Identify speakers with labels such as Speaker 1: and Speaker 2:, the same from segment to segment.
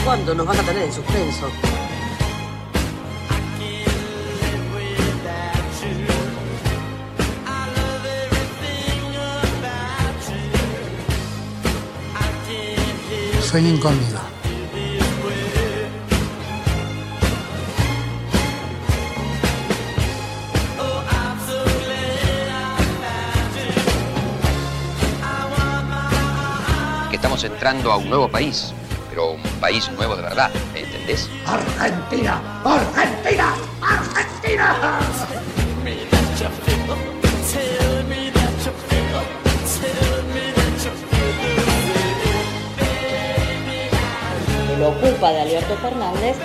Speaker 1: hablando, nos vas a tener en suspenso.
Speaker 2: Sueñen conmigo.
Speaker 3: que estamos entrando a un nuevo país, pero un país nuevo de verdad, ¿entendés?
Speaker 4: Argentina, Argentina, Argentina.
Speaker 5: lo ocupa de Alberto Fernández.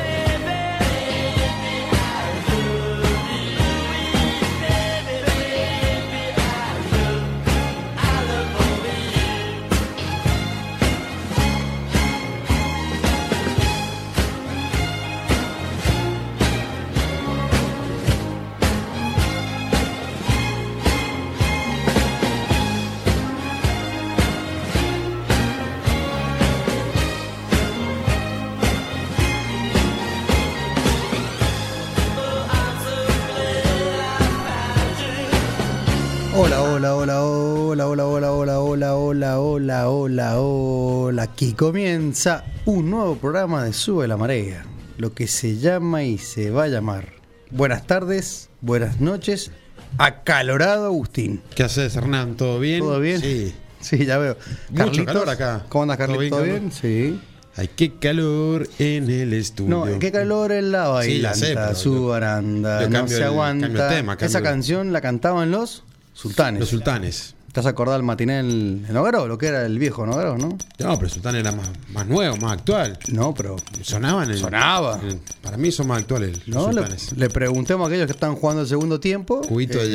Speaker 2: Hola, hola, hola, hola, hola, hola, hola, hola, hola, hola, hola, hola. Aquí comienza un nuevo programa de Sube la Marea, lo que se llama y se va a llamar. Buenas tardes, buenas noches, acalorado Agustín.
Speaker 6: ¿Qué haces, Hernán? ¿Todo bien?
Speaker 2: ¿Todo bien?
Speaker 6: Sí.
Speaker 2: Sí, ya veo.
Speaker 6: Mucho calor acá.
Speaker 2: ¿Cómo andas,
Speaker 6: ¿Todo
Speaker 2: Carlitos?
Speaker 6: bien,
Speaker 2: ¿Todo bien? Sí.
Speaker 6: Ay, qué calor en el estudio.
Speaker 2: No, qué calor en la
Speaker 6: Sí, la
Speaker 2: bailanta,
Speaker 6: sé, pero
Speaker 2: su
Speaker 6: yo-
Speaker 2: baranda,
Speaker 6: yo
Speaker 2: no
Speaker 6: cambio
Speaker 2: se
Speaker 6: el-
Speaker 2: aguanta.
Speaker 6: cambio el tema, cambio
Speaker 2: Esa
Speaker 6: el-
Speaker 2: canción la cantaban los sultanes.
Speaker 6: Los sultanes.
Speaker 2: ¿Te has acordado del matiné en, en Ogaro? Lo que era el viejo Nogaro, ¿no?
Speaker 6: No, pero el sultán era más, más nuevo, más actual.
Speaker 2: No, pero.
Speaker 6: Sonaban en.
Speaker 2: Sonaba.
Speaker 6: en- para mí son más actuales los
Speaker 2: No, le,
Speaker 6: sultanes.
Speaker 2: le preguntemos a aquellos que están jugando el segundo tiempo.
Speaker 6: Cubito de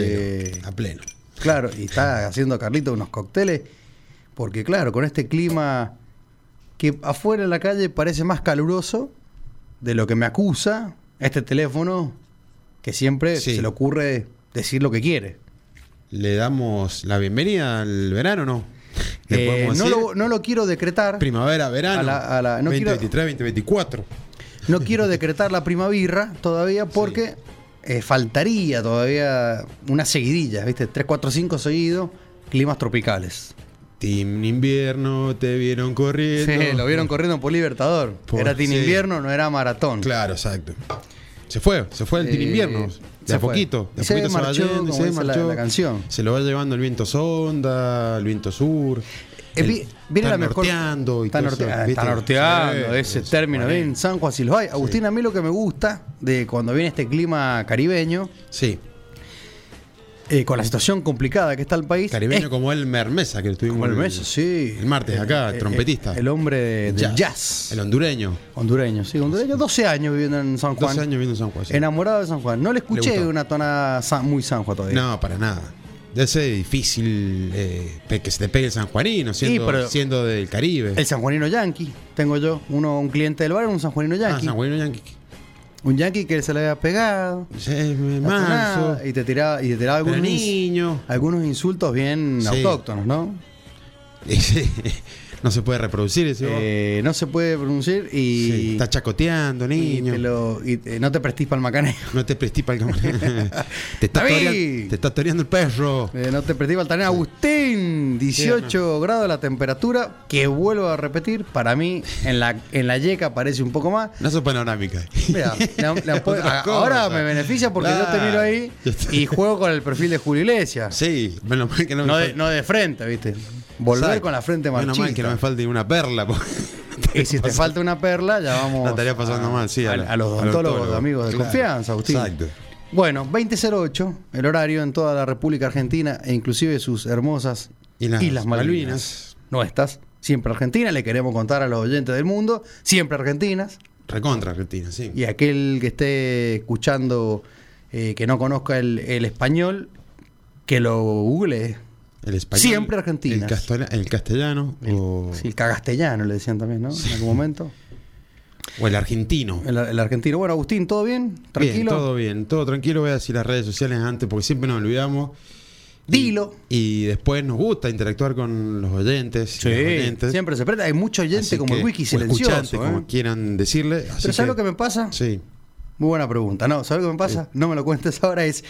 Speaker 2: eh,
Speaker 6: hielo. A pleno.
Speaker 2: Claro, y está haciendo Carlito unos cócteles. Porque, claro, con este clima que afuera en la calle parece más caluroso de lo que me acusa este teléfono que siempre
Speaker 6: Sí.
Speaker 2: se le ocurre decir lo que quiere.
Speaker 6: ¿Le damos la bienvenida al verano o no? ¿Le
Speaker 2: Eh,
Speaker 6: podemos
Speaker 2: no,
Speaker 6: decir?
Speaker 2: lo, no lo quiero decretar.
Speaker 6: Primavera, verano.
Speaker 2: A la- a la- no quiero-
Speaker 6: 2023, 2024.
Speaker 2: No quiero decretar la primavera todavía porque eh, faltaría todavía una seguidilla, ¿viste? 3, 4, 5 seguidos, climas tropicales.
Speaker 6: Team invierno, te vieron corriendo.
Speaker 2: Sí, lo vieron corriendo por Libertador.
Speaker 6: Por-
Speaker 2: era Team
Speaker 6: sí.
Speaker 2: Invierno, no era maratón.
Speaker 6: Claro, exacto. Se fue, se fue el Team
Speaker 2: Eh,
Speaker 6: Invierno. De
Speaker 2: se
Speaker 6: a
Speaker 2: fue.
Speaker 6: poquito. De a
Speaker 2: Se
Speaker 6: poquito
Speaker 2: marchó,
Speaker 6: va
Speaker 2: como
Speaker 6: se
Speaker 2: dice la- la canción.
Speaker 6: Se lo va llevando el viento sonda, el viento sur.
Speaker 2: Eh, vi-
Speaker 6: el-
Speaker 2: viene
Speaker 6: está
Speaker 2: la mejor.
Speaker 6: norteando y
Speaker 2: está,
Speaker 6: todo
Speaker 2: norte-
Speaker 6: eso,
Speaker 2: ah,
Speaker 6: ¿viste?
Speaker 2: está norteando,
Speaker 6: Sí,
Speaker 2: ese
Speaker 6: sí,
Speaker 2: término.
Speaker 6: bueno.
Speaker 2: bien, San Juan si los hay. Agustín, a mí lo que me gusta de cuando viene este clima caribeño,
Speaker 6: Sí,
Speaker 2: eh, con la situación complicada que está el país,
Speaker 6: caribeño
Speaker 2: es
Speaker 6: como el Mermesa que lo estuvimos
Speaker 2: Eh, Como el Mesa, sí.
Speaker 6: El martes acá,
Speaker 2: Eh, eh,
Speaker 6: trompetista.
Speaker 2: El, hombre de- del jazz.
Speaker 6: El hondureño.
Speaker 2: hondureño, sí, hondureño. 12 años viviendo en San Juan.
Speaker 6: 12 años viendo San Juan. sí.
Speaker 2: Enamorado de San Juan. No le escuché
Speaker 6: gustó.
Speaker 2: una tonada san- muy San Juan todavía.
Speaker 6: No, para nada. De ese difícil eh, pe- que se te pegue el sanjuanino, siendo,
Speaker 2: pero-
Speaker 6: siendo del Caribe.
Speaker 2: El sanjuanino yankee, tengo yo. Uno, un cliente del bar, un sanjuanino
Speaker 6: Ah,
Speaker 2: yankee.
Speaker 6: sanjuanino yanqui.
Speaker 2: un yankee que se le había pegado.
Speaker 6: Sí,
Speaker 2: la
Speaker 6: manso.
Speaker 2: tonada, Y te tiraba, y te tiraba
Speaker 6: Pero
Speaker 2: algunos, ins-
Speaker 6: niño.
Speaker 2: algunos insultos bien
Speaker 6: Sí.
Speaker 2: autóctonos, ¿no?
Speaker 6: Ese- no se puede reproducir ese vos.
Speaker 2: Eh, no se puede pronunciar y,
Speaker 6: Sí, Está chacoteando,
Speaker 2: y
Speaker 6: niño.
Speaker 2: te lo- y, eh, no te prestís para el macaneo.
Speaker 6: No te prestís para el camarón. te, está
Speaker 2: ¡David!
Speaker 6: toreando, te está toreando el perro.
Speaker 2: Eh, no te perdí, Baltanera. Agustín, 18 grados la temperatura, que vuelvo a repetir, para mí en la, en la yeca parece un poco más.
Speaker 6: No sos panorámica.
Speaker 2: Mira, la- la puedo-
Speaker 6: Otra cosa.
Speaker 2: ahora me beneficia porque yo te miro ahí
Speaker 6: Yo te-
Speaker 2: y juego con el perfil de Julio Iglesias.
Speaker 6: Sí, menos mal que no,
Speaker 2: No
Speaker 6: me
Speaker 2: de,
Speaker 6: falte-
Speaker 2: no de frente, ¿viste? Volver
Speaker 6: Exacto.
Speaker 2: con la frente
Speaker 6: Menos mal que no
Speaker 2: marchita.
Speaker 6: me falte una perla. porque-
Speaker 2: y si te falta una perla, ya vamos
Speaker 6: La estaría pasando
Speaker 2: a,
Speaker 6: mal, sí.
Speaker 2: a,
Speaker 6: al-
Speaker 2: a los
Speaker 6: al
Speaker 2: odontólogos,
Speaker 6: odontólogo.
Speaker 2: amigos de
Speaker 6: Claro.
Speaker 2: confianza, Agustín.
Speaker 6: Exacto.
Speaker 2: Bueno, 20.08, el horario en toda la República Argentina e inclusive sus hermosas
Speaker 6: Y las
Speaker 2: Islas Malvinas.
Speaker 6: Malvinas.
Speaker 2: Nuestras, siempre Argentina, le queremos contar a los oyentes del mundo, siempre argentinas.
Speaker 6: Recontra Argentina, sí.
Speaker 2: Y aquel que esté escuchando eh, que no conozca el, el español, que lo google.
Speaker 6: El español.
Speaker 2: Siempre argentinas.
Speaker 6: El, castola- el castellano o,
Speaker 2: Sí, el cagastellano le decían también, ¿no? En algún momento.
Speaker 6: o el argentino.
Speaker 2: El, el argentino. Bueno, Agustín, ¿todo bien? ¿Tranquilo?
Speaker 6: Bien, todo bien, todo tranquilo. Voy a decir las redes sociales antes porque siempre nos olvidamos.
Speaker 2: Dilo.
Speaker 6: Y después nos gusta interactuar con los oyentes. y
Speaker 2: Sí,
Speaker 6: las oyentes.
Speaker 2: siempre se presta. Hay mucho oyente
Speaker 6: Así
Speaker 2: como el
Speaker 6: que-
Speaker 2: wiki
Speaker 6: o escuchante,
Speaker 2: silencioso. ¿eh?
Speaker 6: como quieran decirle. así
Speaker 2: Pero ¿sabes lo que me pasa?
Speaker 6: Sí.
Speaker 2: Muy buena pregunta. No, ¿sabes lo que me pasa? No me lo cuentes ahora. Es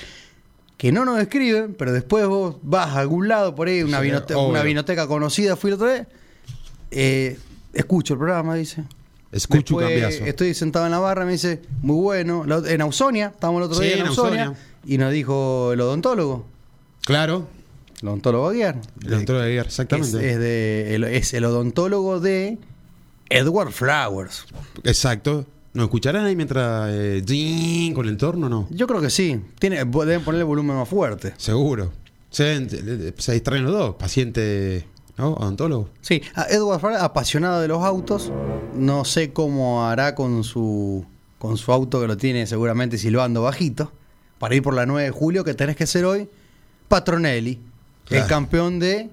Speaker 2: que no nos escriben, pero después vos vas a algún lado por ahí, una,
Speaker 6: Sí,
Speaker 2: vinote-
Speaker 6: obvio.
Speaker 2: una vinoteca conocida, fui la otra vez. eh, escucho el programa, dice.
Speaker 6: Escucho un
Speaker 2: Después,
Speaker 6: cambiazo.
Speaker 2: Estoy sentado en la barra, me dice, muy bueno. La ot- en Ausonia, estábamos el otro
Speaker 6: Sí,
Speaker 2: día en
Speaker 6: en
Speaker 2: Ausonia,
Speaker 6: Ausonia.
Speaker 2: y nos dijo el odontólogo,
Speaker 6: Claro.
Speaker 2: el odontólogo Aguiar.
Speaker 6: El otro de ayer,
Speaker 2: Eh, Es,
Speaker 6: exactamente.
Speaker 2: es de, el, es el odontólogo de Edward Flowers.
Speaker 6: Exacto. ¿Nos escucharán ahí mientras. eh, ding, con el entorno no?
Speaker 2: Yo creo que sí. Tiene, bo- deben poner el volumen más fuerte.
Speaker 6: Seguro. Se, se distraen los dos. Paciente. ¿No? Odontólogo.
Speaker 2: Sí, a Edward Flowers, apasionado de los autos, no sé cómo hará con su, con su auto que lo tiene seguramente silbando bajito, para ir por la 9 de julio, que tenés que ser hoy Patronelli,
Speaker 6: Claro.
Speaker 2: el campeón de,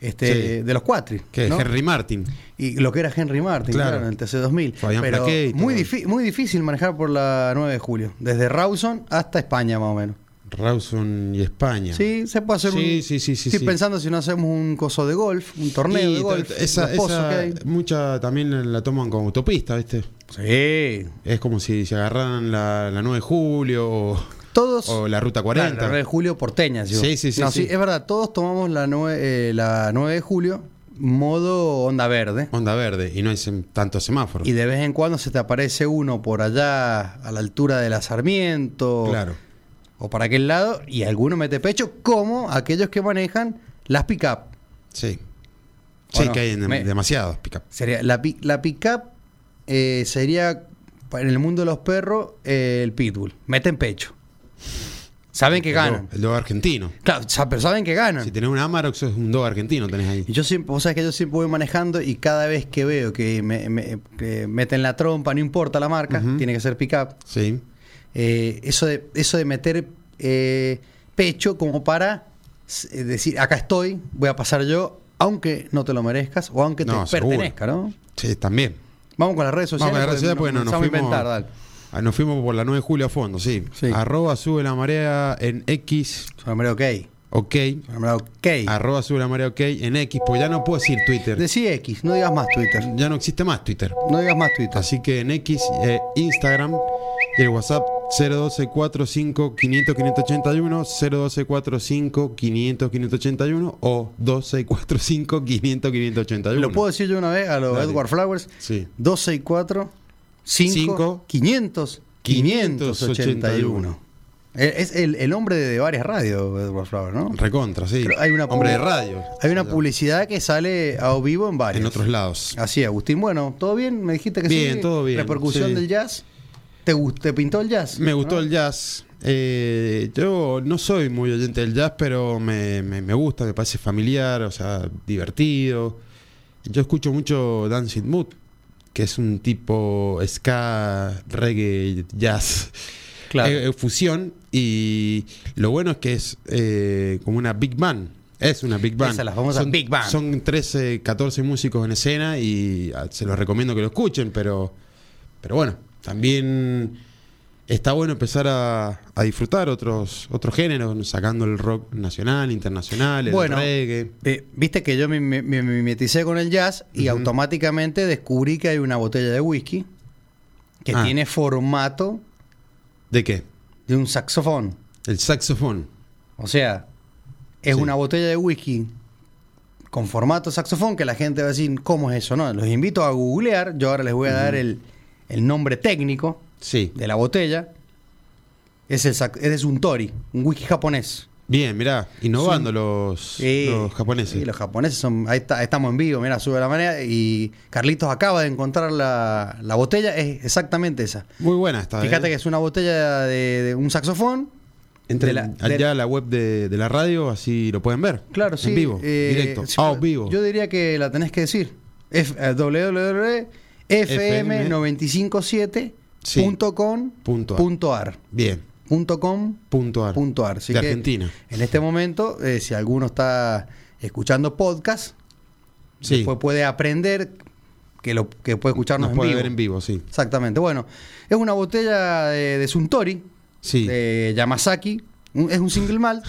Speaker 2: este,
Speaker 6: Sí.
Speaker 2: de los cuatri.
Speaker 6: Que
Speaker 2: ¿no?
Speaker 6: Henry Martin.
Speaker 2: Y lo que era Henry Martin,
Speaker 6: Claro.
Speaker 2: claro, en el TC2000.
Speaker 6: Fabián
Speaker 2: pero
Speaker 6: Plaquet y todo.
Speaker 2: muy, difi- muy difícil manejar por la 9 de julio, desde Rawson hasta España más o menos.
Speaker 6: Rawson y España.
Speaker 2: Sí, se puede hacer
Speaker 6: Sí,
Speaker 2: un...
Speaker 6: sí, sí, sí,
Speaker 2: Estoy
Speaker 6: sí.
Speaker 2: pensando si no hacemos un coso de golf, un torneo
Speaker 6: Y
Speaker 2: de
Speaker 6: ta-
Speaker 2: golf.
Speaker 6: esa,
Speaker 2: los pozos
Speaker 6: esa-
Speaker 2: que hay.
Speaker 6: mucha también la toman como autopista, ¿viste?
Speaker 2: Sí.
Speaker 6: Es como si se agarraran la, la 9 de julio o,
Speaker 2: Todos.
Speaker 6: o la ruta
Speaker 2: Claro,
Speaker 6: 40.
Speaker 2: la 9 de julio porteña. digo.
Speaker 6: Sí, sí, sí,
Speaker 2: No,
Speaker 6: sí.
Speaker 2: Es verdad, todos tomamos la 9, eh, la 9 de julio modo onda verde.
Speaker 6: Onda verde y no hay sem- tanto semáforo.
Speaker 2: Y de vez en cuando se te aparece uno por allá a la altura de la Sarmiento.
Speaker 6: Claro.
Speaker 2: O para aquel lado. Y alguno mete pecho, como aquellos que manejan las pick-up.
Speaker 6: Sí.
Speaker 2: ¿O
Speaker 6: Sí,
Speaker 2: no?
Speaker 6: que hay dem-
Speaker 2: Me-
Speaker 6: demasiados pick-up.
Speaker 2: Sería, la, pi- la pick-up eh, sería, pa- en el mundo de los perros, eh, el pitbull. Meten pecho. Saben que ganan.
Speaker 6: El dog argentino.
Speaker 2: Claro, sa- pero saben que ganan.
Speaker 6: Si tenés un Amarok, sos un dog argentino tenés
Speaker 2: Y
Speaker 6: ahí.
Speaker 2: Yo siempre, vos sabés que yo siempre voy manejando y cada vez que veo que, me, me- que meten la trompa, no importa la marca,
Speaker 6: Ujú.
Speaker 2: tiene que ser pickup.
Speaker 6: Sí.
Speaker 2: eh, eso, de, eso de meter eh, pecho como para s- eh, decir, acá estoy, voy a pasar yo, aunque no te lo merezcas o aunque te
Speaker 6: No, seguro.
Speaker 2: pertenezca, ¿no?
Speaker 6: Sí, también.
Speaker 2: Vamos con las redes
Speaker 6: Vamos
Speaker 2: sociales.
Speaker 6: a la red social, porque no, nos
Speaker 2: empezamos a
Speaker 6: fuimos.
Speaker 2: inventar, dale.
Speaker 6: ah, Nos fuimos por la 9 de julio a fondo, sí.
Speaker 2: Sí.
Speaker 6: Arroba sube la marea en X,
Speaker 2: Suena medio ok.
Speaker 6: ok.
Speaker 2: Suena medio ok.
Speaker 6: Arroba sube la marea ok en X, pues ya no puedo decir Twitter.
Speaker 2: Decí X, no digas más Twitter.
Speaker 6: Ya no existe más Twitter.
Speaker 2: No digas más Twitter.
Speaker 6: Así que en X, eh, Instagram y el WhatsApp 012 45 500 581 012 45 500 581 o 12 45 500 581.
Speaker 2: Lo puedo decir yo una vez a los
Speaker 6: Dale.
Speaker 2: Edward Flowers.
Speaker 6: Sí.
Speaker 2: 12 y 4, 5,
Speaker 6: Cinco.
Speaker 2: 500, 581.
Speaker 6: 581.
Speaker 2: Eh, Es el, el hombre de varias radios, Edward Flowers, ¿no?
Speaker 6: Recontra, sí.
Speaker 2: Creo- hay una
Speaker 6: Hombre de
Speaker 2: publi-
Speaker 6: radio.
Speaker 2: Hay una publicidad que sale a vivo en varios.
Speaker 6: En otros lados.
Speaker 2: Así, Agustín. Bueno, ¿todo bien? Me dijiste que sí.
Speaker 6: Bien, todo bien,
Speaker 2: Repercusión
Speaker 6: sí.
Speaker 2: del jazz. ¿Te, gust- te pintó el jazz?
Speaker 6: Me gustó
Speaker 2: ¿no?
Speaker 6: el jazz. Eh, yo no soy muy oyente del jazz, pero me, me- me gusta, me parece familiar, o sea, divertido. Yo escucho mucho Dancing Mood, que es un tipo ska, reggae, jazz,
Speaker 2: Claro.
Speaker 6: Eh, eh, fusión. Y lo bueno es que es eh, como una big band. Es una big band.
Speaker 2: Esa, la famosa
Speaker 6: son,
Speaker 2: big band.
Speaker 6: Son 13, 14 músicos en escena y ah, se los recomiendo que lo escuchen, pero, pero bueno, también está bueno empezar a, a disfrutar otros, otros géneros, sacando el rock nacional, internacional, el
Speaker 2: Bueno.
Speaker 6: reggae.
Speaker 2: Eh, Viste que yo me, me- me mimeticé con el jazz y
Speaker 6: Ujú.
Speaker 2: automáticamente descubrí que hay una botella de whisky que
Speaker 6: Ah.
Speaker 2: tiene formato
Speaker 6: ¿De qué?
Speaker 2: de un saxofón.
Speaker 6: El saxofón.
Speaker 2: O sea, es
Speaker 6: Sí.
Speaker 2: una botella de whisky con formato saxofón que la gente va a decir, ¿cómo es eso? No, los invito a googlear. Yo ahora les voy a dar el, el nombre técnico
Speaker 6: Sí.
Speaker 2: de la botella. Es, el sac- es un tori, un whisky japonés.
Speaker 6: Bien, mirá, innovando
Speaker 2: Sí.
Speaker 6: los,
Speaker 2: Sí.
Speaker 6: los japoneses.
Speaker 2: Sí, los japoneses son. Ahí está- estamos en vivo, mira, sube la manera. Y Carlitos acaba de encontrar la, la botella, es exactamente esa.
Speaker 6: Muy buena esta. ¿eh?
Speaker 2: Fíjate que es una botella de, de un saxofón.
Speaker 6: Entre
Speaker 2: de la- de-
Speaker 6: allá a la web de, de la radio, así lo pueden ver.
Speaker 2: Claro, sí.
Speaker 6: En vivo,
Speaker 2: eh,
Speaker 6: directo.
Speaker 2: sí,
Speaker 6: Ah, en vivo.
Speaker 2: Yo diría que la tenés que decir. F- eh,
Speaker 6: Punto ar.
Speaker 2: www.fm957.com.ar
Speaker 6: Bien.
Speaker 2: punto com
Speaker 6: Punto ar.
Speaker 2: punto ar. Así
Speaker 6: de
Speaker 2: que,
Speaker 6: Argentina.
Speaker 2: En este momento, eh, si alguno está escuchando podcast,
Speaker 6: Sí.
Speaker 2: después puede aprender que lo que puede escucharnos
Speaker 6: Nos
Speaker 2: en
Speaker 6: puede
Speaker 2: vivo.
Speaker 6: ver en vivo, sí.
Speaker 2: Exactamente. Bueno, es una botella de, de Suntory
Speaker 6: Sí.
Speaker 2: de Yamazaki. Un- es un single malt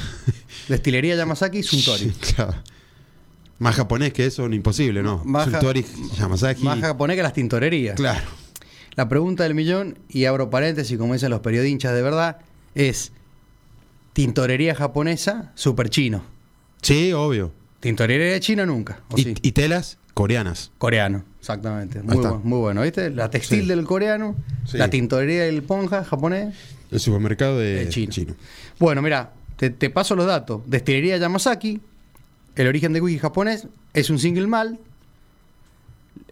Speaker 2: Destilería Yamazaki, Suntory.
Speaker 6: Sí, claro. Más japonés que eso, imposible, ¿no?
Speaker 2: Más ja-
Speaker 6: Suntory, Yamazaki.
Speaker 2: Más japonés que las tintorerías.
Speaker 6: Claro.
Speaker 2: La pregunta del millón, y abro paréntesis, como dicen los periodinchas de verdad, es: ¿tintorería japonesa, super chino?
Speaker 6: Sí, obvio.
Speaker 2: Tintorería china nunca. ¿o
Speaker 6: Y,
Speaker 2: sí?
Speaker 6: y telas coreanas.
Speaker 2: Coreano, exactamente.
Speaker 6: Ahí
Speaker 2: Muy,
Speaker 6: está.
Speaker 2: bu- muy bueno, ¿viste? La textil
Speaker 6: Sí.
Speaker 2: del coreano,
Speaker 6: Sí.
Speaker 2: la tintorería del ponja japonés.
Speaker 6: El supermercado de
Speaker 2: El chino.
Speaker 6: chino.
Speaker 2: Bueno, mira, te, te paso los datos. Destilería Yamazaki, el origen de whisky japonés, es un single malt.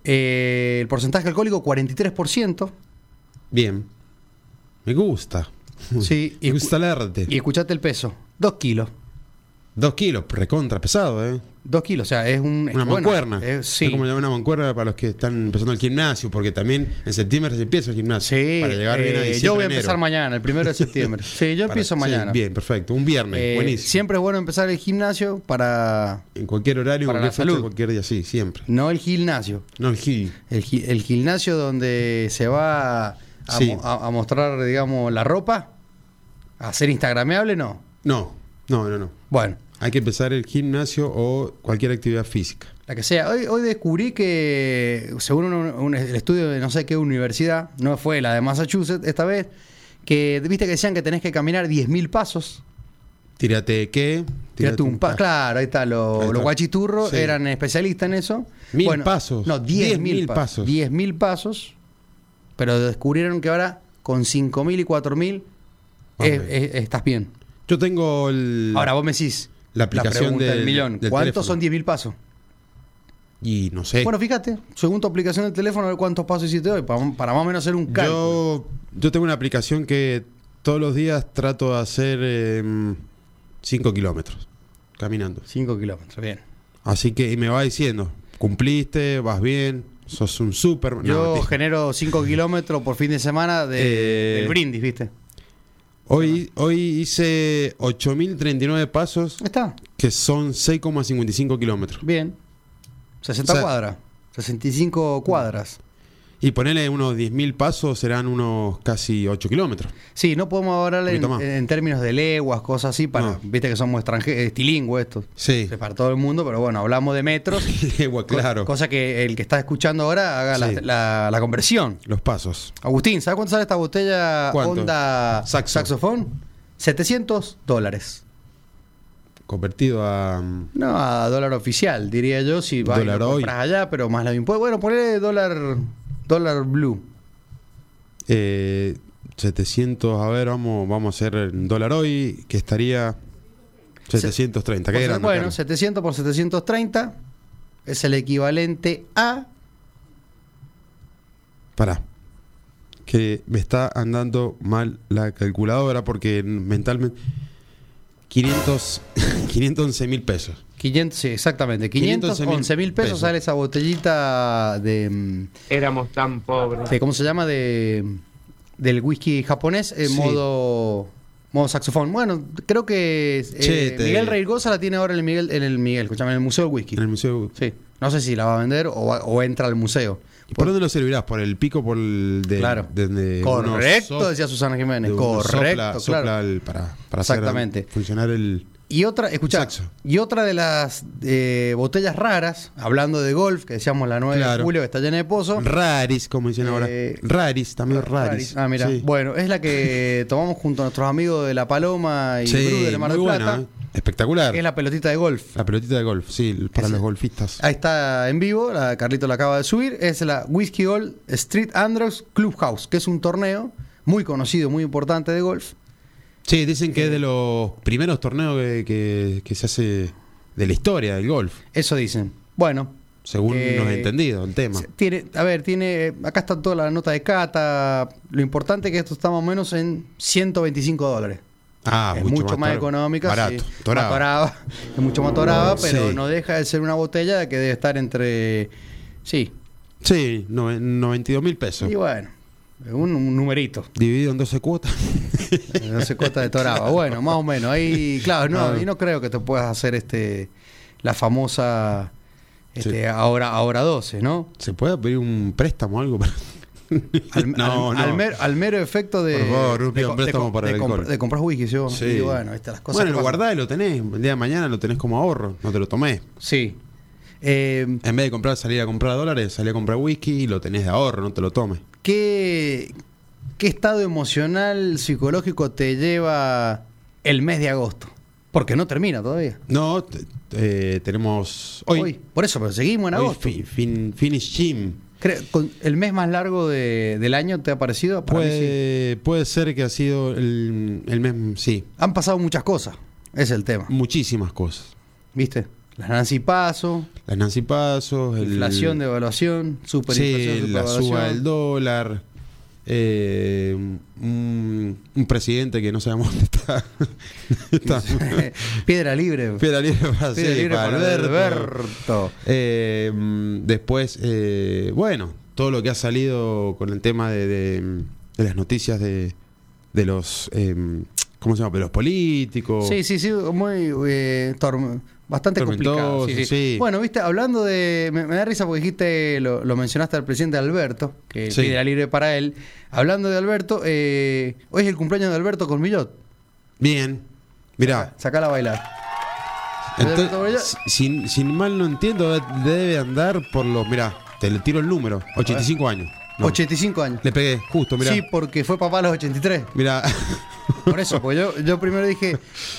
Speaker 2: Eh, el porcentaje alcohólico 43%.
Speaker 6: Bien. Me gusta.
Speaker 2: Sí, y
Speaker 6: Me
Speaker 2: escu-
Speaker 6: gusta el arte.
Speaker 2: Y escuchate el peso, 2 kilos.
Speaker 6: Dos kilos, recontra pesado, ¿eh?
Speaker 2: 2 kilos, o sea, es un...
Speaker 6: Una
Speaker 2: bueno,
Speaker 6: mancuerna.
Speaker 2: es-
Speaker 6: Es
Speaker 2: sí,
Speaker 6: como llamar una mancuerna para los que están empezando el gimnasio, porque también en septiembre se empieza el gimnasio.
Speaker 2: sí.
Speaker 6: Para llegar bien
Speaker 2: eh,
Speaker 6: a diciembre,
Speaker 2: yo voy a
Speaker 6: enero.
Speaker 2: empezar mañana, el primero de septiembre. sí, yo
Speaker 6: Para-
Speaker 2: empiezo
Speaker 6: sí,
Speaker 2: mañana.
Speaker 6: bien, perfecto. Un viernes,
Speaker 2: Eh,
Speaker 6: buenísimo.
Speaker 2: Siempre es bueno empezar el gimnasio para...
Speaker 6: En cualquier horario,
Speaker 2: Para
Speaker 6: cualquier
Speaker 2: la salud.
Speaker 6: cualquier día, sí, siempre.
Speaker 2: No el gimnasio,
Speaker 6: No, el gil.
Speaker 2: El, gi- el gimnasio donde se va a,
Speaker 6: Sí.
Speaker 2: mo- a- a mostrar, digamos, la ropa, a ser instagrameable, no.
Speaker 6: No, no, no, no.
Speaker 2: Bueno,
Speaker 6: Hay que empezar el gimnasio o cualquier actividad física.
Speaker 2: la que sea. Hoy, hoy descubrí que, según un, un- el estudio de no sé qué universidad, no fue la de Massachusetts esta vez, que viste que decían que tenés que caminar 10.000 pasos.
Speaker 6: Tírate qué.
Speaker 2: Tirate un pa- Claro, ahí está. lo-
Speaker 6: Ahí está.
Speaker 2: Los guachiturros
Speaker 6: Sí.
Speaker 2: eran especialistas en eso.
Speaker 6: Mil pasos.
Speaker 2: No, 10.000
Speaker 6: 10.000
Speaker 2: pasos.
Speaker 6: pasos.
Speaker 2: 10.000 pasos. Pero descubrieron que ahora con 5.000 y 4.000 es-
Speaker 6: Ok.
Speaker 2: es- estás bien.
Speaker 6: Yo tengo el.
Speaker 2: eh, Ahora vos me decís.
Speaker 6: La aplicación
Speaker 2: pregunta
Speaker 6: del-
Speaker 2: del millón.
Speaker 6: del
Speaker 2: ¿Cuántos
Speaker 6: teléfono.
Speaker 2: son 10.000 pasos?
Speaker 6: Y no sé.
Speaker 2: Bueno, fíjate, según tu aplicación del teléfono, a ver cuántos pasos hiciste hoy, pa- para, más o menos hacer un cálculo.
Speaker 6: yo, yo tengo una aplicación que todos los días trato de hacer 5 kilómetros caminando.
Speaker 2: 5 kilómetros, bien.
Speaker 6: Así que y me va diciendo: cumpliste, vas bien, sos un super. No,
Speaker 2: Yo
Speaker 6: mentira.
Speaker 2: genero 5 kilómetros por fin de semana de,
Speaker 6: Eh,
Speaker 2: del brindis, ¿viste?
Speaker 6: hoy, hoy hice 8.039 pasos,
Speaker 2: Ahí Está.
Speaker 6: que son 6,55 kilómetros.
Speaker 2: Bien. 60
Speaker 6: O sea-
Speaker 2: cuadras. 65 cuadras.
Speaker 6: Y ponele unos 10.000 pasos, serán unos casi 8 kilómetros.
Speaker 2: Sí, no podemos hablar en,
Speaker 6: poquito más.
Speaker 2: en términos de leguas, cosas así, para,
Speaker 6: No.
Speaker 2: viste que somos extranjeros, estilingües estos.
Speaker 6: Sí.
Speaker 2: Es Para todo el mundo, pero bueno, hablamos de metros.
Speaker 6: Legua,
Speaker 2: co-
Speaker 6: claro.
Speaker 2: Cosa que el que está escuchando ahora haga la,
Speaker 6: Sí.
Speaker 2: la- la conversión.
Speaker 6: Los pasos.
Speaker 2: Agustín, ¿sabes cuánto sale esta botella
Speaker 6: ¿Cuánto?
Speaker 2: Honda
Speaker 6: Saxo.
Speaker 2: Saxofón? 700 dólares.
Speaker 6: Convertido a. mm,
Speaker 2: No, a dólar oficial, diría yo, si vas y lo
Speaker 6: Dólar hoy.
Speaker 2: compras allá, pero más la impuesto. Bueno, ponle dólar, dólar blue.
Speaker 6: Eh, 700, a ver, vamos, vamos a hacer el dólar hoy, que estaría 730.
Speaker 2: Por
Speaker 6: ¿Qué
Speaker 2: ser-
Speaker 6: grande,
Speaker 2: Pues, bueno,
Speaker 6: Carlos.
Speaker 2: 700 por 730 es el equivalente a...
Speaker 6: Pará. Que me está andando mal la calculadora porque mentalmente... 500, 511 mil pesos.
Speaker 2: 500, sí, exactamente,
Speaker 6: 511.000
Speaker 2: 511 mil pesos
Speaker 6: pesos.
Speaker 2: sale esa botellita de... mm,
Speaker 1: Éramos tan pobres.
Speaker 2: de- ¿Cómo se llama? De, del whisky japonés en
Speaker 6: Sí.
Speaker 2: modo, modo saxofón. Bueno, creo que eh,
Speaker 6: Che, te-
Speaker 2: Miguel Reirgoza la tiene ahora en el Miguel, en el Miguel, escúchame, en el Museo del Whisky.
Speaker 6: En el museo.
Speaker 2: Sí. No sé si la va a vender o, va- o entra al museo.
Speaker 6: ¿Y ¿Por dónde lo servirás? ¿Por el pico? ¿Por el de,
Speaker 2: Claro.
Speaker 6: de- de uno
Speaker 2: Correcto,
Speaker 6: sopla-
Speaker 2: decía Susana Jiménez.
Speaker 6: de uno
Speaker 2: Correcto,
Speaker 6: sopla-
Speaker 2: claro.
Speaker 6: sopla el- para, para hacer
Speaker 2: Exactamente.
Speaker 6: funcionar el...
Speaker 2: Y otra, escuchá,
Speaker 6: Saxo.
Speaker 2: y otra de las eh, botellas raras, hablando de golf, que decíamos la 9 de
Speaker 6: Claro.
Speaker 2: julio, que está llena de pozos.
Speaker 6: Raris, como dicen ahora.
Speaker 2: Eh,
Speaker 6: Raris, también raris.
Speaker 2: Ah, mira.
Speaker 6: Sí.
Speaker 2: Bueno, es la que tomamos junto a nuestros amigos de La Paloma y
Speaker 6: Sí,
Speaker 2: Bru de Mar del
Speaker 6: muy
Speaker 2: Plata.
Speaker 6: buena, ¿eh? Espectacular.
Speaker 2: Es la pelotita de golf.
Speaker 6: La pelotita de golf, sí, el- para
Speaker 2: Ese-
Speaker 6: los golfistas.
Speaker 2: Ahí está en vivo, la Carlito la acaba de subir. Es la Whiskey Gold Street Andrews Clubhouse, que es un torneo muy conocido, muy importante de golf.
Speaker 6: Sí, dicen que es de los primeros torneos que, que- que se hace de la historia del golf,
Speaker 2: Eso dicen. Bueno.
Speaker 6: según
Speaker 2: eh,
Speaker 6: nos he entendido el tema.
Speaker 2: se- Tiene, a ver, tiene. Acá está toda la nota de cata. Lo importante es que esto está más o menos en 125 dólares.
Speaker 6: Ah,
Speaker 2: es mucho, más,
Speaker 6: toro-
Speaker 2: económica.
Speaker 6: Barato,
Speaker 2: sí.
Speaker 6: torado.
Speaker 2: Más torada, es mucho más torada, pero
Speaker 6: Sí.
Speaker 2: no deja de ser una botella que debe estar entre. Sí,
Speaker 6: Sí, no- 92 mil pesos.
Speaker 2: y bueno, es un, un numerito.
Speaker 6: Dividido en 12 cuotas.
Speaker 2: No se cuesta de toraba. Bueno, más o menos. Ahí, claro, no,
Speaker 6: Ah.
Speaker 2: y no creo que te puedas hacer este la famosa este,
Speaker 6: Sí.
Speaker 2: ahora, ahora 12, ¿no?
Speaker 6: ¿Se puede pedir un préstamo o algo? para-
Speaker 2: Al,
Speaker 6: No,
Speaker 2: al-
Speaker 6: no.
Speaker 2: al mer- al mero efecto de.
Speaker 6: Por favor, un
Speaker 2: de,
Speaker 6: hombre
Speaker 2: de-
Speaker 6: estamos para
Speaker 2: de
Speaker 6: el
Speaker 2: compra-
Speaker 6: alcohol.
Speaker 2: de comprar whisky, yo.
Speaker 6: Sí.
Speaker 2: Y bueno, ahí están las cosas. que
Speaker 6: bueno, lo
Speaker 2: pasan.
Speaker 6: guardás y lo tenés. El día de mañana lo tenés como ahorro, no te lo tomés.
Speaker 2: Sí. Eh,
Speaker 6: En vez de comprar, salir a comprar dólares, salir a comprar whisky y lo tenés de ahorro, no te lo tomes.
Speaker 2: ¿qué, ¿Qué estado emocional, psicológico te lleva el mes de agosto? Porque no termina todavía.
Speaker 6: No, te- eh, tenemos hoy. hoy
Speaker 2: Por eso, pero seguimos en agosto.
Speaker 6: fi- fin- finish gym.
Speaker 2: Creo- con- ¿El mes más largo de- del año te ha parecido? Para mí sí.
Speaker 6: Puede, puede ser que ha sido el, el mes, sí,
Speaker 2: Han pasado muchas cosas. Es el tema.
Speaker 6: muchísimas cosas.
Speaker 2: ¿Viste? Las Nancy Paso,
Speaker 6: Las Nancy Pasos, el-
Speaker 2: inflación, devaluación, superinflación,
Speaker 6: Sí, la
Speaker 2: supervaluación.
Speaker 6: suba del dólar. eh, un, un presidente que no sabemos dónde está. Está-
Speaker 2: Piedra libre.
Speaker 6: Piedra libre
Speaker 2: Piedra
Speaker 6: para, sí,
Speaker 2: libre para
Speaker 6: para Alberto.
Speaker 2: Alberto.
Speaker 6: Eh, mm, después, eh, bueno, todo lo que ha salido con el tema de, de, mm, de las noticias de, de los. em, ¿Cómo se llama? De los políticos.
Speaker 2: Sí, sí, sí, muy eh, torm- bastante complicado. sí,
Speaker 6: Tormentoso,
Speaker 2: sí.
Speaker 6: sí.
Speaker 2: Bueno, viste, hablando de. Me, me da risa porque dijiste, lo, lo mencionaste al presidente Alberto, que
Speaker 6: Sí.
Speaker 2: pide la libre para él. Hablando de Alberto, eh, hoy es el cumpleaños de Alberto Cormillot.
Speaker 6: Bien. Mirá,
Speaker 2: Sacala a bailar.
Speaker 6: Entonces,
Speaker 2: Alberto Cormillot.
Speaker 6: si, si mal no entiendo, debe andar por los. Mirá, te le tiro el número: 85 años. No,
Speaker 2: 85 años.
Speaker 6: Le pegué, justo, mirá.
Speaker 2: Sí, porque fue papá a los 83.
Speaker 6: Mirá.
Speaker 2: Por eso, porque yo, yo primero dije,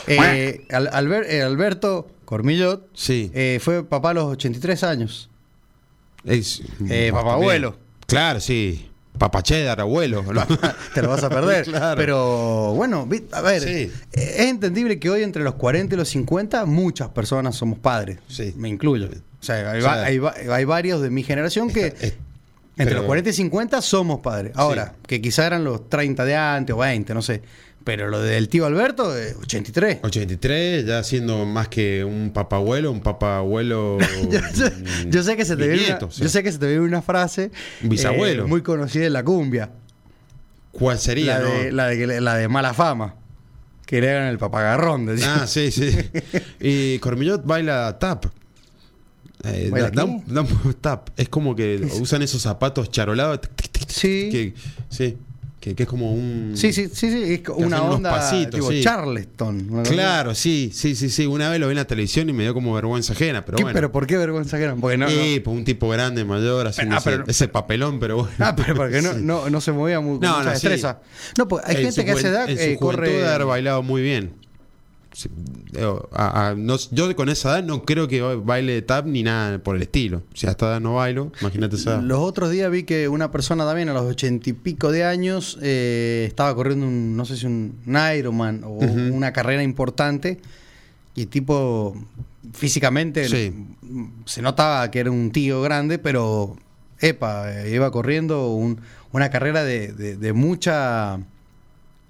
Speaker 2: eh, Al- Alber- eh, Alberto Cormillot
Speaker 6: Sí.
Speaker 2: eh, fue papá a los 83 años.
Speaker 6: Es-
Speaker 2: Eh, papabuelo.
Speaker 6: Claro, sí. Papachedar, abuelo.
Speaker 2: Te lo vas a perder.
Speaker 6: Claro.
Speaker 2: Pero bueno, vi- a ver,
Speaker 6: Sí.
Speaker 2: eh, es entendible que hoy entre los 40 y los 50 muchas personas somos padres.
Speaker 6: Sí.
Speaker 2: Me incluyo. O sea, hay,
Speaker 6: O sea,
Speaker 2: va- hay va- hay varios de mi generación que
Speaker 6: es-
Speaker 2: entre
Speaker 6: pero-
Speaker 2: los 40 y 50 somos padres. Ahora, que quizá eran los 30 de antes o 20, no sé. Pero lo del tío Alberto, eh, 83.
Speaker 6: 83, ya siendo más que un papabuelo, un papabuelo.
Speaker 2: yo, yo-
Speaker 6: Mm.
Speaker 2: yo sé que se te viene
Speaker 6: bisnieto,
Speaker 2: una,
Speaker 6: o sea.
Speaker 2: yo sé que se te viene una frase eh,
Speaker 6: Un bisabuelo.
Speaker 2: muy conocida en la cumbia
Speaker 6: ¿Cuál sería,
Speaker 2: la,
Speaker 6: no?
Speaker 2: de, la, de, que le- la de mala fama que le hagan el papagarrón decía.
Speaker 6: Ah, sí, sí. Y Cormillot baila tap. Eh,
Speaker 2: ¿Baila
Speaker 6: da- da
Speaker 2: qué?
Speaker 6: un- da un tap. Es como que usan esos zapatos charolados. tic, tic, tic, tic,
Speaker 2: Sí.
Speaker 6: Que, sí. Que, que es como un.
Speaker 2: sí sí sí sí es una
Speaker 6: hacen unos
Speaker 2: onda
Speaker 6: pasitos,
Speaker 2: tipo
Speaker 6: sí.
Speaker 2: Charleston una cosa así.
Speaker 6: Claro, sí, sí, sí, sí. Una vez lo vi en la televisión y me dio como vergüenza ajena, pero
Speaker 2: ¿Qué-
Speaker 6: bueno.
Speaker 2: pero por qué vergüenza que no porque no, no-
Speaker 6: Sí, pues un tipo grande, mayor, haciendo
Speaker 2: Ah,
Speaker 6: ese,
Speaker 2: pero-
Speaker 6: ese papelón, pero bueno.
Speaker 2: Ah, pero porque no,
Speaker 6: Sí.
Speaker 2: no, no se movía muy, con
Speaker 6: No,
Speaker 2: mucha
Speaker 6: no, sí.
Speaker 2: destreza. No, pues hay
Speaker 6: En
Speaker 2: gente
Speaker 6: su
Speaker 2: que a esa
Speaker 6: juven-
Speaker 2: edad
Speaker 6: en su
Speaker 2: eh,
Speaker 6: juventud
Speaker 2: corre.
Speaker 6: de haber bailado muy bien. Sí, digo, a- a- no- yo con esa edad no creo que baile tap ni nada por el estilo. Si a esta edad no bailo, imagínate esa. edad.
Speaker 2: Los otros días vi que una persona también a los ochenta y pico de años eh, estaba corriendo un, no sé si un, un Ironman o una carrera importante y tipo físicamente
Speaker 6: Sí.
Speaker 2: se notaba que era un tío grande, pero epa, eh, iba corriendo un- una carrera de, de- de mucha...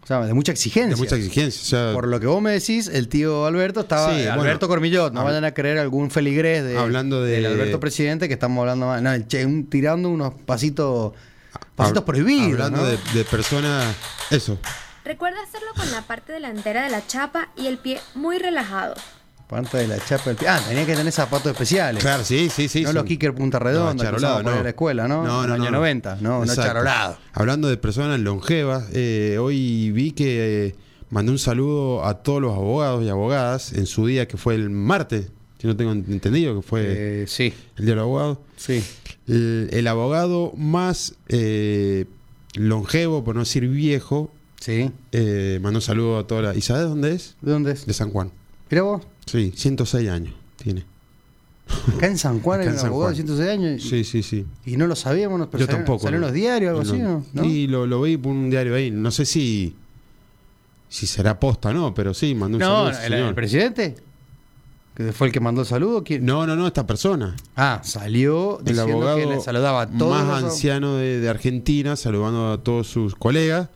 Speaker 2: o sea, de mucha exigencia.
Speaker 6: De mucha exigencia. o sea,
Speaker 2: Por lo que vos me decís, el tío Alberto estaba.
Speaker 6: Sí, bueno.
Speaker 2: Alberto Cormillot, no
Speaker 6: Habl-
Speaker 2: vayan a creer algún feligrés de,
Speaker 6: Hablando de-
Speaker 2: del Alberto presidente que estamos hablando más. No, el che, un- tirando unos pasitos. Pasitos
Speaker 6: hab-
Speaker 2: prohibidos.
Speaker 6: Hablando
Speaker 2: ¿no?
Speaker 6: de, de personas. Eso.
Speaker 1: Recuerda hacerlo con la parte delantera de la chapa y el pie muy relajado.
Speaker 2: Parte de la chapa del pi- Ah, tenía que tener zapatos especiales.
Speaker 6: Claro, sí, sí, sí.
Speaker 2: No
Speaker 6: son-
Speaker 2: los kicker punta redonda que
Speaker 6: charolado,
Speaker 2: usaban para ir a la escuela, ¿no?
Speaker 6: No, no,
Speaker 2: Año
Speaker 6: no.
Speaker 2: 90, no, no
Speaker 6: Exacto.
Speaker 2: charolado.
Speaker 6: Hablando de personas longevas, eh, hoy vi que eh, mandé un saludo a todos los abogados y abogadas en su día que fue el martes, si no tengo entendido, que fue
Speaker 2: Eh, sí,
Speaker 6: el día del abogado.
Speaker 2: sí.
Speaker 6: El, el abogado más eh, longevo, por no decir viejo,
Speaker 2: Sí.
Speaker 6: eh, mandó un saludo a toda la. ¿Y sabes dónde es?
Speaker 2: ¿De dónde es?
Speaker 6: De San Juan.
Speaker 2: Mira vos,
Speaker 6: Sí, 106 años tiene.
Speaker 2: acá en San Juan
Speaker 6: Acá
Speaker 2: era
Speaker 6: en
Speaker 2: un
Speaker 6: San
Speaker 2: abogado de
Speaker 6: Juan.
Speaker 2: 106 años. y-
Speaker 6: Sí, sí, sí.
Speaker 2: Y no lo sabíamos, nos- pero
Speaker 6: Yo
Speaker 2: salió-
Speaker 6: tampoco.
Speaker 2: Salió en
Speaker 6: no.
Speaker 2: los diarios o algo
Speaker 6: No.
Speaker 2: así, ¿no? ¿No?
Speaker 6: Sí, lo, lo vi por un diario ahí. No sé si. Si será posta, no, pero sí, mandó un saludo.
Speaker 2: No,
Speaker 6: a ese
Speaker 2: el, el
Speaker 6: señor.
Speaker 2: presidente. Que fue el que mandó el saludo. ¿quién?
Speaker 6: no, no, no, esta persona.
Speaker 2: Ah, salió
Speaker 6: El
Speaker 2: diciendo
Speaker 6: abogado
Speaker 2: que le saludaba a todos.
Speaker 6: más
Speaker 2: los-
Speaker 6: anciano de, de Argentina, saludando a todos sus colegas.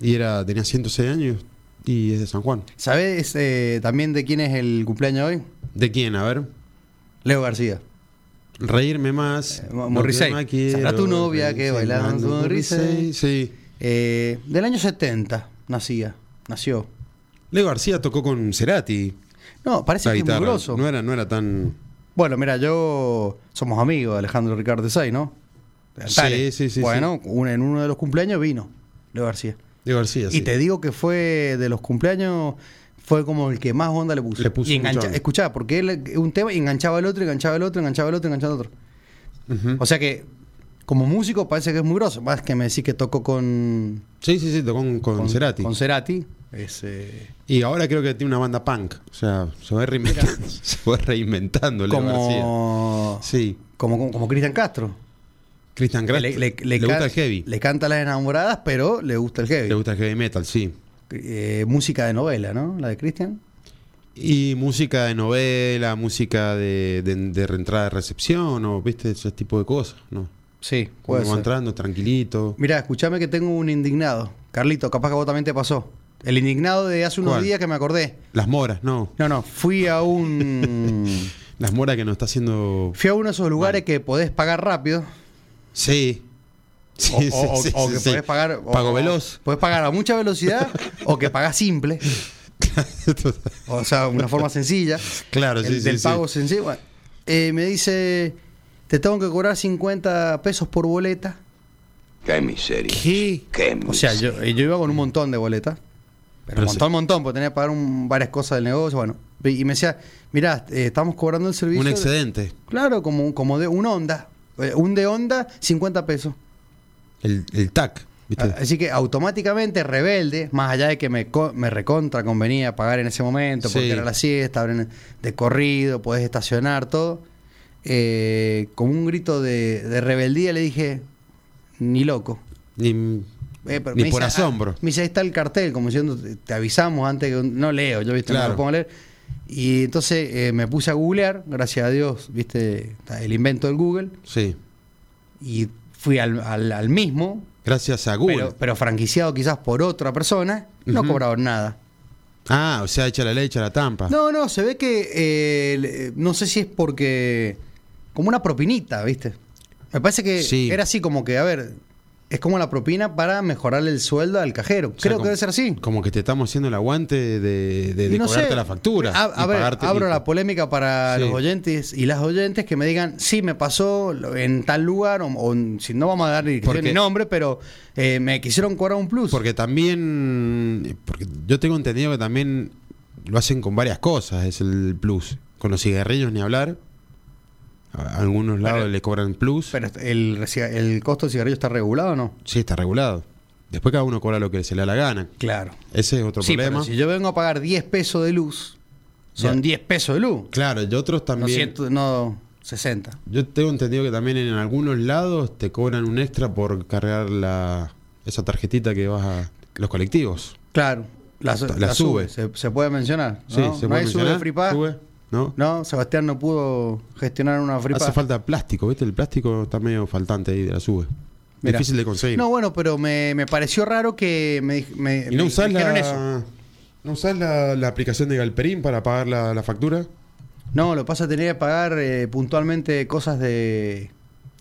Speaker 6: Y era tenía 106 años y es de San Juan.
Speaker 2: ¿Sabés eh, también de quién es el cumpleaños hoy?
Speaker 6: ¿De quién? A ver.
Speaker 2: Leo García.
Speaker 6: Reírme más.
Speaker 2: Eh, Morrissey.
Speaker 6: lo que más quiero,
Speaker 2: Sabrá tu novia que
Speaker 6: Morrissey,
Speaker 2: bailaba con
Speaker 6: Nando
Speaker 2: Morrissey.
Speaker 6: Sí.
Speaker 2: Eh, del año 70 nacía. Nació.
Speaker 6: Leo García tocó con Cerati.
Speaker 2: No, parece
Speaker 6: la
Speaker 2: que es
Speaker 6: guitarra.
Speaker 2: muy grosso.
Speaker 6: No era, no era tan.
Speaker 2: Bueno, mira, yo. Somos amigos de Alejandro Ricardo Say, ¿no? Tales.
Speaker 6: Sí, sí, sí,
Speaker 2: Bueno, un- en uno de los cumpleaños vino Leo García.
Speaker 6: Digo García,
Speaker 2: Y te digo que fue de los cumpleaños, fue como el que más onda le puso.
Speaker 6: Le puso
Speaker 2: y
Speaker 6: mucha
Speaker 2: engancha-
Speaker 6: onda.
Speaker 2: escuchaba, porque él eh, un tema y enganchaba el otro, enganchaba el otro, enganchaba el otro, enganchaba el otro.
Speaker 6: Ujú.
Speaker 2: O sea que, como músico, parece que es muy grosso. Más que me decís que tocó con.
Speaker 6: Sí, sí, sí, tocó con, con Cerati.
Speaker 2: Con Cerati. Es, eh,
Speaker 6: Y ahora creo que tiene una banda punk. O sea, se va reinventando. Se fue reinventando Leo García.
Speaker 2: como,
Speaker 6: Sí.
Speaker 2: como. Como como Cristian Castro.
Speaker 6: Cristian Grant.
Speaker 2: Le,
Speaker 6: Le,
Speaker 2: le- le
Speaker 6: gusta
Speaker 2: can-
Speaker 6: el heavy. Le,
Speaker 2: Le canta a las enamoradas, pero le gusta el heavy.
Speaker 6: gusta el heavy metal, sí.
Speaker 2: Eh, música de novela, ¿no? La de Cristian.
Speaker 6: Y música de novela, música de, de, de reentrada de recepción, o viste, ese tipo de cosas, ¿no?
Speaker 2: Sí, puede
Speaker 6: Cuando va
Speaker 2: ser.
Speaker 6: entrando, tranquilito.
Speaker 2: Mira, escúchame que tengo un indignado. Carlito, capaz que a vos también te pasó. El indignado de hace unos
Speaker 6: ¿Cuál?
Speaker 2: días que me acordé.
Speaker 6: Las moras, no.
Speaker 2: No, no, fui a un.
Speaker 6: Las moras que nos está haciendo.
Speaker 2: fui a uno de esos lugares que podés pagar rápido.
Speaker 6: Sí. Sí,
Speaker 2: o,
Speaker 6: sí,
Speaker 2: o-
Speaker 6: sí,
Speaker 2: o
Speaker 6: sí,
Speaker 2: que
Speaker 6: sí.
Speaker 2: podés pagar. o-
Speaker 6: Pago
Speaker 2: o-
Speaker 6: veloz.
Speaker 2: Podés pagar a mucha velocidad o que pagás simple. O sea, una forma sencilla.
Speaker 6: Claro,
Speaker 2: el
Speaker 6: sí, sí,
Speaker 2: Del
Speaker 6: sí.
Speaker 2: pago sencillo. Bueno, eh, me dice: Te tengo que cobrar 50 pesos por boleta.
Speaker 7: Qué miseria.
Speaker 6: ¿Qué?
Speaker 7: Qué miseria.
Speaker 2: O sea, yo, eh, yo iba con un montón de boletas. Pero
Speaker 6: Pero
Speaker 2: un montón, montón, porque tenía que pagar un- varias cosas del negocio. Bueno, y me decía, mirá, eh, estamos cobrando el servicio.
Speaker 6: Un
Speaker 2: de-
Speaker 6: excedente.
Speaker 2: claro, como, como de un Honda. Eh, un de Honda, 50 pesos.
Speaker 6: El, el TAC, ¿viste?
Speaker 2: A- Así que automáticamente rebelde, más allá de que me, co- me recontra convenía pagar en ese momento, porque
Speaker 6: Sí.
Speaker 2: era la siesta, abren de corrido, podés estacionar, todo. eh, con un grito de, de rebeldía le dije, ni loco.
Speaker 6: Ni,
Speaker 2: Eh, pero
Speaker 6: ni
Speaker 2: me
Speaker 6: por
Speaker 2: dice,
Speaker 6: asombro.
Speaker 2: ah, me dice, ahí está el cartel, como diciendo, te, te avisamos antes que no leo, yo viste, no
Speaker 6: Claro.
Speaker 2: lo pongo a leer. Y entonces eh, me puse a googlear, gracias a Dios, viste, está el invento del Google,
Speaker 6: Sí.
Speaker 2: y fui al, al- al mismo,
Speaker 6: Gracias a Google.
Speaker 2: pero, pero franquiciado quizás por otra persona, no
Speaker 6: Ujú.
Speaker 2: cobraron nada.
Speaker 6: ah, o sea, echa la leche a la tampa.
Speaker 2: No, no, se ve que, eh, le- no sé si es porque, como una propinita, viste. Me parece que
Speaker 6: Sí.
Speaker 2: era así como que, a ver, es como la propina para mejorarle el sueldo al cajero.
Speaker 6: O sea,
Speaker 2: Creo
Speaker 6: como-
Speaker 2: que debe ser así.
Speaker 6: Como que te estamos haciendo el aguante de, de, de
Speaker 2: Y no
Speaker 6: cobrarte
Speaker 2: sé,
Speaker 6: la factura.
Speaker 2: A, a
Speaker 6: y
Speaker 2: ver,
Speaker 6: pagarte-
Speaker 2: abro
Speaker 6: y-
Speaker 2: la polémica para
Speaker 6: Sí.
Speaker 2: los oyentes y las oyentes que me digan, sí, me pasó lo- en tal lugar, o, o en- si no vamos a dar dirección
Speaker 6: Porque-
Speaker 2: ni nombre, pero eh, me quisieron cobrar un plus.
Speaker 6: Porque también. Porque yo tengo entendido que también lo hacen con varias cosas, es el plus. Con los cigarrillos ni hablar. A algunos lados le cobran plus.
Speaker 2: pero el, reci- el costo del cigarrillo está regulado o no?
Speaker 6: sí, está regulado. Después cada uno cobra lo que se le da la gana.
Speaker 2: Claro.
Speaker 6: Ese es otro
Speaker 2: Sí,
Speaker 6: problema.
Speaker 2: pero si yo vengo a pagar 10 pesos de luz, son
Speaker 6: Ya.
Speaker 2: 10 pesos de luz.
Speaker 6: Claro, y otros
Speaker 2: No,
Speaker 6: también.
Speaker 2: ciento- no 60.
Speaker 6: Yo tengo entendido que también en algunos lados te cobran un extra por cargar la esa tarjetita que vas a los colectivos.
Speaker 2: Claro. La,
Speaker 6: La
Speaker 2: la sube.
Speaker 6: sube.
Speaker 2: Se, se puede mencionar.
Speaker 6: Sí,
Speaker 2: ¿no?
Speaker 6: se
Speaker 2: No
Speaker 6: puede
Speaker 2: hay sube
Speaker 6: mencionar,
Speaker 2: free pass.
Speaker 6: sube, ¿no?
Speaker 2: No, Sebastián no pudo gestionar una free
Speaker 6: Hace
Speaker 2: pass.
Speaker 6: falta plástico, ¿viste? El plástico está medio faltante ahí de la sube.
Speaker 2: Mirá.
Speaker 6: Difícil de conseguir.
Speaker 2: No, bueno, pero me, me pareció raro que me, dij- me-
Speaker 6: ¿Y
Speaker 2: me
Speaker 6: no usás
Speaker 2: dijeron
Speaker 6: la,
Speaker 2: eso.
Speaker 6: ¿no usás la, la aplicación de Galperín para pagar la, la factura?
Speaker 2: No, lo que pasa es tener que pagar eh, puntualmente cosas de...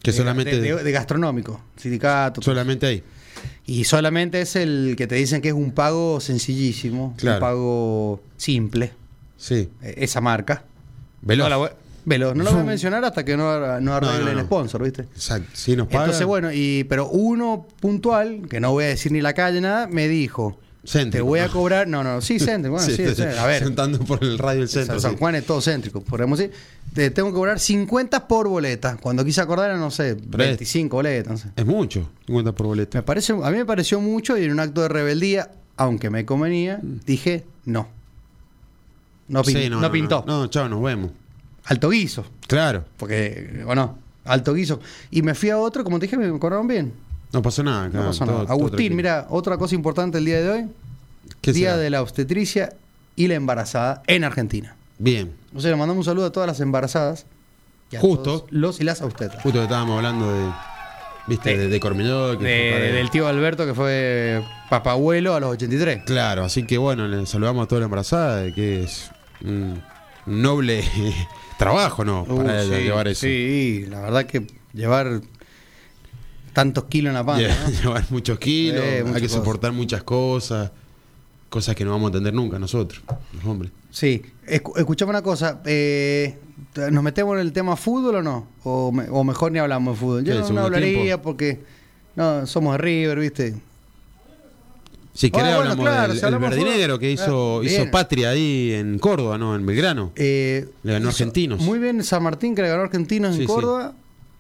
Speaker 6: Que
Speaker 2: de-
Speaker 6: solamente,
Speaker 2: De, de- de gastronómico, sindicato.
Speaker 6: solamente ahí.
Speaker 2: Y solamente es el que te dicen que es un pago sencillísimo,
Speaker 6: Claro.
Speaker 2: un pago simple,
Speaker 6: Sí.
Speaker 2: eh, esa marca.
Speaker 6: Veloz.
Speaker 2: No la voy, veloz. No la voy a
Speaker 6: Fum.
Speaker 2: mencionar hasta que no, ar- no
Speaker 6: no,
Speaker 2: arreglen
Speaker 6: no.
Speaker 2: sponsor, ¿viste?
Speaker 6: Exacto. Sí, nos pagan.
Speaker 2: Entonces, bueno, y pero uno puntual, que no voy a decir ni la calle, nada, me dijo, te
Speaker 6: Céntrico,
Speaker 2: voy a
Speaker 6: ¿no?
Speaker 2: cobrar... No, no, sí, céntrico, bueno, sí, sí, a ver.
Speaker 6: Sentando por el radio del centro.
Speaker 2: San- San
Speaker 6: sí.
Speaker 2: Juan es todo céntrico, podemos decir. Te tengo que cobrar 50 por boleta. Cuando quise acordar, era, no sé, 25 boletas. no sé.
Speaker 6: Es mucho. 50 por boleto.
Speaker 2: Me parece, a mí me pareció mucho y en un acto de rebeldía, aunque me convenía, dije no. No, pin-
Speaker 6: Mm. Sí,
Speaker 2: no pintó.
Speaker 6: No, no, chao, nos vemos.
Speaker 2: Alto guiso,
Speaker 6: Claro,
Speaker 2: porque, o no, alto guiso. Y me fui a otro, como te dije, me cobraron bien.
Speaker 6: no pasó nada.
Speaker 2: No
Speaker 6: claro,
Speaker 2: pasó
Speaker 6: todo-
Speaker 2: nada.
Speaker 6: todo
Speaker 2: Agustín,
Speaker 6: tranquilo.
Speaker 2: mira, otra cosa importante el día de hoy:
Speaker 6: ¿Qué
Speaker 2: Día
Speaker 6: será?
Speaker 2: de la Obstetricia y la Embarazada en Argentina.
Speaker 6: Bien,
Speaker 2: O sea, le mandamos un saludo a todas las embarazadas. y a
Speaker 6: Justo.
Speaker 2: todos Los y las obstetras.
Speaker 6: justo que estábamos hablando de. ¿Viste? De, de Cormillot, que
Speaker 2: De-
Speaker 6: fue padre.
Speaker 2: del tío Alberto que fue papabuelo a los 83.
Speaker 6: Claro, así que bueno, le saludamos a toda la embarazada, de que es un un noble trabajo, ¿no? Para
Speaker 2: Uh, sí,
Speaker 6: llevar eso.
Speaker 2: Sí, la verdad que llevar tantos kilos en la panza.
Speaker 6: Lle-
Speaker 2: ¿no?
Speaker 6: Llevar muchos kilos,
Speaker 2: Eh,
Speaker 6: hay
Speaker 2: muchas
Speaker 6: que
Speaker 2: cosas.
Speaker 6: soportar muchas cosas, cosas que no vamos a entender nunca nosotros, los hombres.
Speaker 2: Sí, Escu- escuchame una cosa. eh, ¿Nos metemos en el tema fútbol o no? O, me- o mejor ni hablamos de fútbol.
Speaker 6: ¿Qué,
Speaker 2: Yo
Speaker 6: el
Speaker 2: no, no
Speaker 6: segundo
Speaker 2: hablaría
Speaker 6: tiempo?
Speaker 2: porque no, somos de River, ¿viste?
Speaker 6: Si querés
Speaker 2: Ah, bueno,
Speaker 6: hablamos
Speaker 2: claro,
Speaker 6: del
Speaker 2: si
Speaker 6: el
Speaker 2: hablamos de
Speaker 6: verdinegro
Speaker 2: fútbol.
Speaker 6: que hizo,
Speaker 2: Ah,
Speaker 6: hizo
Speaker 2: bien.
Speaker 6: patria ahí en Córdoba, ¿no? En Belgrano.
Speaker 2: Eh,
Speaker 6: Le ganó a
Speaker 2: hizo-
Speaker 6: Argentinos.
Speaker 2: Muy bien San Martín que le ganó a Argentinos
Speaker 6: Sí,
Speaker 2: en
Speaker 6: sí.
Speaker 2: Córdoba.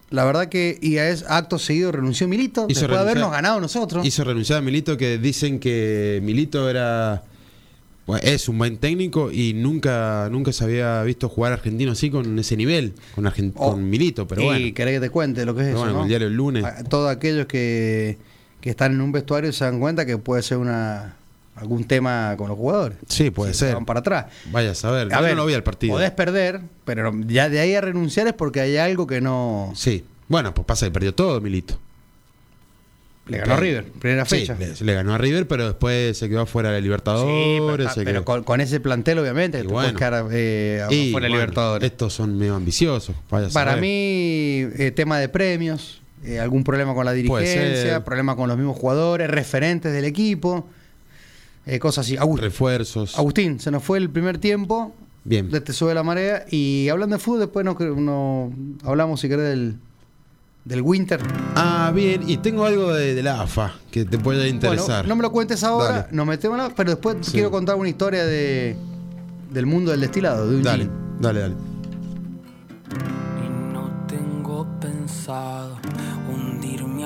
Speaker 2: La verdad que y a es acto seguido renunció Milito después
Speaker 6: Hizo
Speaker 2: de
Speaker 6: renunciar-
Speaker 2: habernos ganado nosotros.
Speaker 6: Hizo renunciar a Milito que dicen que Milito era bueno, es un buen técnico y nunca nunca se había visto jugar argentino así con ese nivel, con, Argen-
Speaker 2: Oh.
Speaker 6: con Milito, pero
Speaker 2: y
Speaker 6: bueno.
Speaker 2: querés que te cuente lo que es
Speaker 6: Pero
Speaker 2: eso,
Speaker 6: bueno,
Speaker 2: ¿no?
Speaker 6: el diario El Lunes.
Speaker 2: A- Todos aquellos que, que están en un vestuario se dan cuenta que puede ser una algún tema con los jugadores.
Speaker 6: Sí, puede
Speaker 2: Se
Speaker 6: ser.
Speaker 2: Van para atrás.
Speaker 6: Vaya a saber, yo no lo vi al partido.
Speaker 2: Podés perder, pero ya de ahí a renunciar es porque hay algo que no.
Speaker 6: Sí. Bueno, pues pasa que perdió todo Milito.
Speaker 2: Le ganó a River, primera
Speaker 6: Sí,
Speaker 2: fecha.
Speaker 6: le, le ganó a River, pero después se quedó afuera de la Libertadores.
Speaker 2: Sí, pero,
Speaker 6: se
Speaker 2: pero
Speaker 6: quedó-
Speaker 2: con, con ese plantel, obviamente,
Speaker 6: Y
Speaker 2: te
Speaker 6: bueno.
Speaker 2: puedes quedar eh,
Speaker 6: Y,
Speaker 2: fuera de
Speaker 6: bueno,
Speaker 2: Libertadores.
Speaker 6: Estos son medio ambiciosos. vaya a
Speaker 2: Para
Speaker 6: saber.
Speaker 2: mí, eh, tema de premios, eh, algún problema con la
Speaker 6: Puede
Speaker 2: dirigencia,
Speaker 6: ser.
Speaker 2: problema con los mismos jugadores, referentes del equipo, eh, cosas así. Agustín,
Speaker 6: refuerzos.
Speaker 2: Agustín, se nos fue el primer tiempo
Speaker 6: Bien.
Speaker 2: de Te Sube la Marea. Y hablando de fútbol, después nos, nos hablamos, si querés, del, del Winter.
Speaker 6: Ah, bien. Y tengo algo de, de la AFA que te puede interesar.
Speaker 2: Bueno, no me lo cuentes ahora,
Speaker 6: Dale.
Speaker 2: nos metemos en la- pero después
Speaker 6: Sí.
Speaker 2: quiero contar una historia de, del mundo del destilado, de un
Speaker 6: Dale,
Speaker 2: gin.
Speaker 6: dale, dale.
Speaker 8: Y no tengo pensado hundirme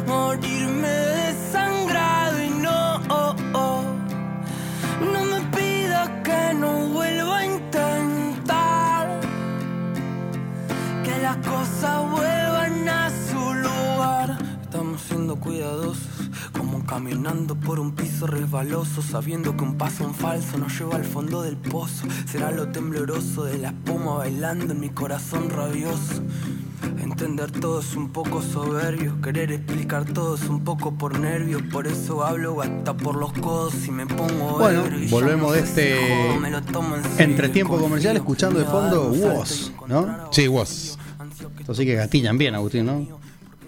Speaker 8: morirme desangrado. Y no, oh, oh, no me pidas que no vuelva a intentar. Que las cosas vuelvan a su lugar. Estamos siendo cuidadosos, como caminando por un piso resbaloso, sabiendo que un paso en falso nos lleva al fondo del pozo. Será lo tembloroso de la espuma bailando en mi corazón rabioso. Entender todo es un poco soberbio, querer explicar todo es un poco por nervios, por eso hablo hasta por los codos y me pongo
Speaker 2: Bueno,
Speaker 8: ebrio y ya
Speaker 2: volvemos
Speaker 8: no
Speaker 2: de
Speaker 8: sé si
Speaker 2: este
Speaker 8: jodo, me lo tomo en serio,
Speaker 2: Entretiempo comercial,
Speaker 8: confío,
Speaker 2: escuchando de
Speaker 8: me va a dar
Speaker 2: fondo
Speaker 8: un salto y
Speaker 2: Woz,
Speaker 8: encontrar
Speaker 2: ¿no?
Speaker 6: Sí, vos.
Speaker 2: Esto sí que gatillan bien, Agustín, ¿no?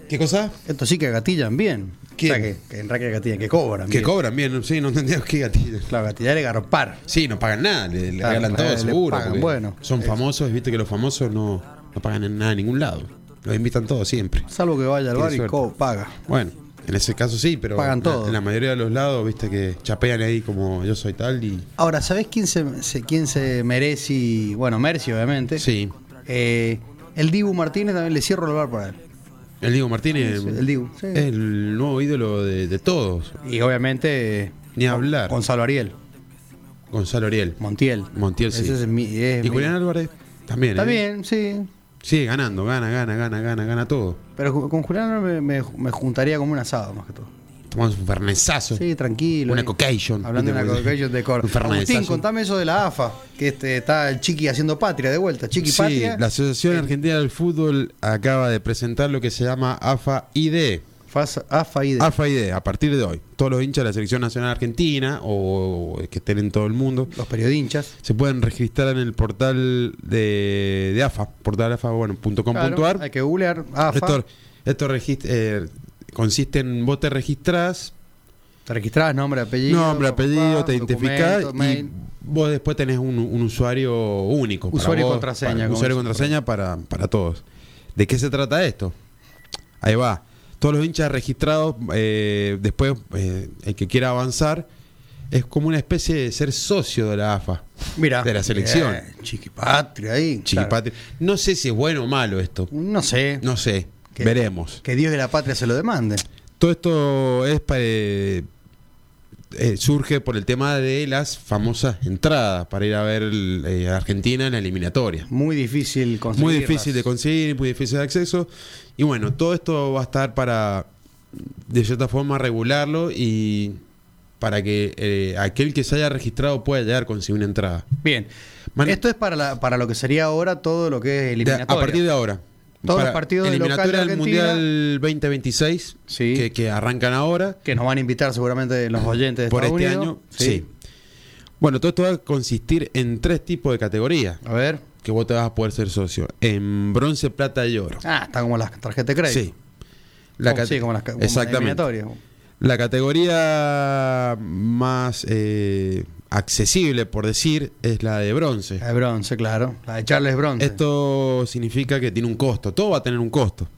Speaker 6: ¿Qué cosa?
Speaker 2: Esto sí que gatillan bien.
Speaker 6: ¿Quién?
Speaker 2: O sea, que, que en realidad que gatillan, que cobran.
Speaker 6: Que
Speaker 2: bien.
Speaker 6: cobran bien, sí, no entendíamos qué gatillo.
Speaker 2: Claro, gatillar es garpar.
Speaker 6: Sí, no pagan nada, le, le
Speaker 2: Claro,
Speaker 6: regalan todo
Speaker 2: le
Speaker 6: seguro.
Speaker 2: pagan,
Speaker 6: porque
Speaker 2: bueno.
Speaker 6: son
Speaker 2: Es-
Speaker 6: famosos, viste que los famosos no, no pagan en nada en ningún lado. Los invitan todos siempre.
Speaker 2: Salvo que vaya al
Speaker 6: Tiene
Speaker 2: bar y
Speaker 6: suerte.
Speaker 2: co- paga.
Speaker 6: Bueno, en ese caso sí, pero
Speaker 2: Pagan
Speaker 6: en-
Speaker 2: todo.
Speaker 6: en la mayoría de los lados, viste que chapean ahí como yo soy tal y
Speaker 2: Ahora, ¿sabés quién se, se- quién se merece? y- Bueno, Merci, obviamente.
Speaker 6: sí.
Speaker 2: Eh, el Dibu Martínez también le cierro el bar para él.
Speaker 6: El Diego Martínez
Speaker 2: Sí, sí, el Diego, sí.
Speaker 6: es el nuevo ídolo de, de todos.
Speaker 2: eh, Y obviamente. eh,
Speaker 6: Ni hablar.
Speaker 2: Gonzalo Ariel,
Speaker 6: Gonzalo Ariel.
Speaker 2: Montiel.
Speaker 6: Montiel, sí.
Speaker 2: Ese es mi- es
Speaker 6: Y
Speaker 2: mi-
Speaker 6: Julián Álvarez también. ¿eh?
Speaker 2: También, sí.
Speaker 6: Sigue ganando, gana, gana, gana, gana, gana todo.
Speaker 2: Pero ju- con Julián me, me- me juntaría como un asado más que todo.
Speaker 6: Tomamos un fernesazo.
Speaker 2: Sí, tranquilo.
Speaker 6: Una
Speaker 2: ahí.
Speaker 6: occasion.
Speaker 2: Hablando de una cocation de coro.
Speaker 6: Un fernesazo.
Speaker 2: Agustín, contame eso de la AFA, que este, está el Chiqui haciendo patria de vuelta. Chiqui
Speaker 6: Sí,
Speaker 2: patria.
Speaker 6: la Asociación Argentina del Fútbol acaba de presentar lo que se llama AFA ID.
Speaker 2: Fas- AFA y de-
Speaker 6: AFA ID, a partir de hoy. Todos los hinchas de la Selección Nacional Argentina o que estén en todo el mundo
Speaker 2: los periodinchas.
Speaker 6: se pueden registrar en el portal de, de AFA, portalafa.com.ar.
Speaker 2: Claro, hay que googlear AFA.
Speaker 6: Esto, esto regist- eh, consiste en vos te registrás,
Speaker 2: Te registrás nombre, apellido.
Speaker 6: nombre, apellido,
Speaker 2: papá,
Speaker 6: te identificás
Speaker 2: documento,
Speaker 6: y
Speaker 2: mail.
Speaker 6: vos después tenés un, un usuario único. para
Speaker 2: Usuario y
Speaker 6: vos,
Speaker 2: contraseña,
Speaker 6: para-
Speaker 2: como
Speaker 6: usuario y
Speaker 2: dice.
Speaker 6: contraseña para, para todos. ¿De qué se trata esto? Ahí va. Todos los hinchas registrados, eh, después eh, el que quiera avanzar, es como una especie de ser socio de la AFA.
Speaker 2: Mirá.
Speaker 6: de la selección.
Speaker 2: Bien, chiquipatria ahí.
Speaker 6: Chiquipate. No sé si es bueno o malo esto.
Speaker 2: Claro. No sé.
Speaker 6: No sé.
Speaker 2: Que-
Speaker 6: Veremos.
Speaker 2: Que Dios y la patria se lo demanden.
Speaker 6: Todo esto es para, eh, eh, surge por el tema de las famosas entradas para ir a ver el, eh, a Argentina en la eliminatoria.
Speaker 2: Muy difícil conseguir.
Speaker 6: Muy difícil de conseguir, muy difícil de acceso. Y bueno, todo esto va a estar para, de cierta forma, regularlo y para que eh, aquel que se haya registrado pueda llegar a conseguir una entrada.
Speaker 2: Bien.
Speaker 6: Man-
Speaker 2: Esto es para, la- para lo que sería ahora todo lo que es
Speaker 6: De-
Speaker 2: eliminatoria.
Speaker 6: a partir de ahora.
Speaker 2: Todos los partidos de local de
Speaker 6: eliminatoria del
Speaker 2: Argentina.
Speaker 6: Mundial 2026,
Speaker 2: Sí.
Speaker 6: que, que arrancan ahora.
Speaker 2: Que nos van a invitar seguramente los oyentes de
Speaker 6: por
Speaker 2: Estados
Speaker 6: este
Speaker 2: Unidos.
Speaker 6: año. Sí. Bueno, todo esto va a consistir en tres tipos de categorías
Speaker 2: A ver.
Speaker 6: que vos te vas a poder ser socio. En bronce, plata y oro.
Speaker 2: Ah, está como las tarjetas de crédito.
Speaker 6: Sí. La
Speaker 2: Como-
Speaker 6: cate-
Speaker 2: sí, como las, ca- como las
Speaker 6: Exactamente.
Speaker 2: eliminatorias.
Speaker 6: La categoría más eh, accesible, por decir, es la de bronce.
Speaker 2: La de bronce, claro. La de Charles Ah, Bronce.
Speaker 6: Esto significa que tiene un costo. Todo va a tener un costo.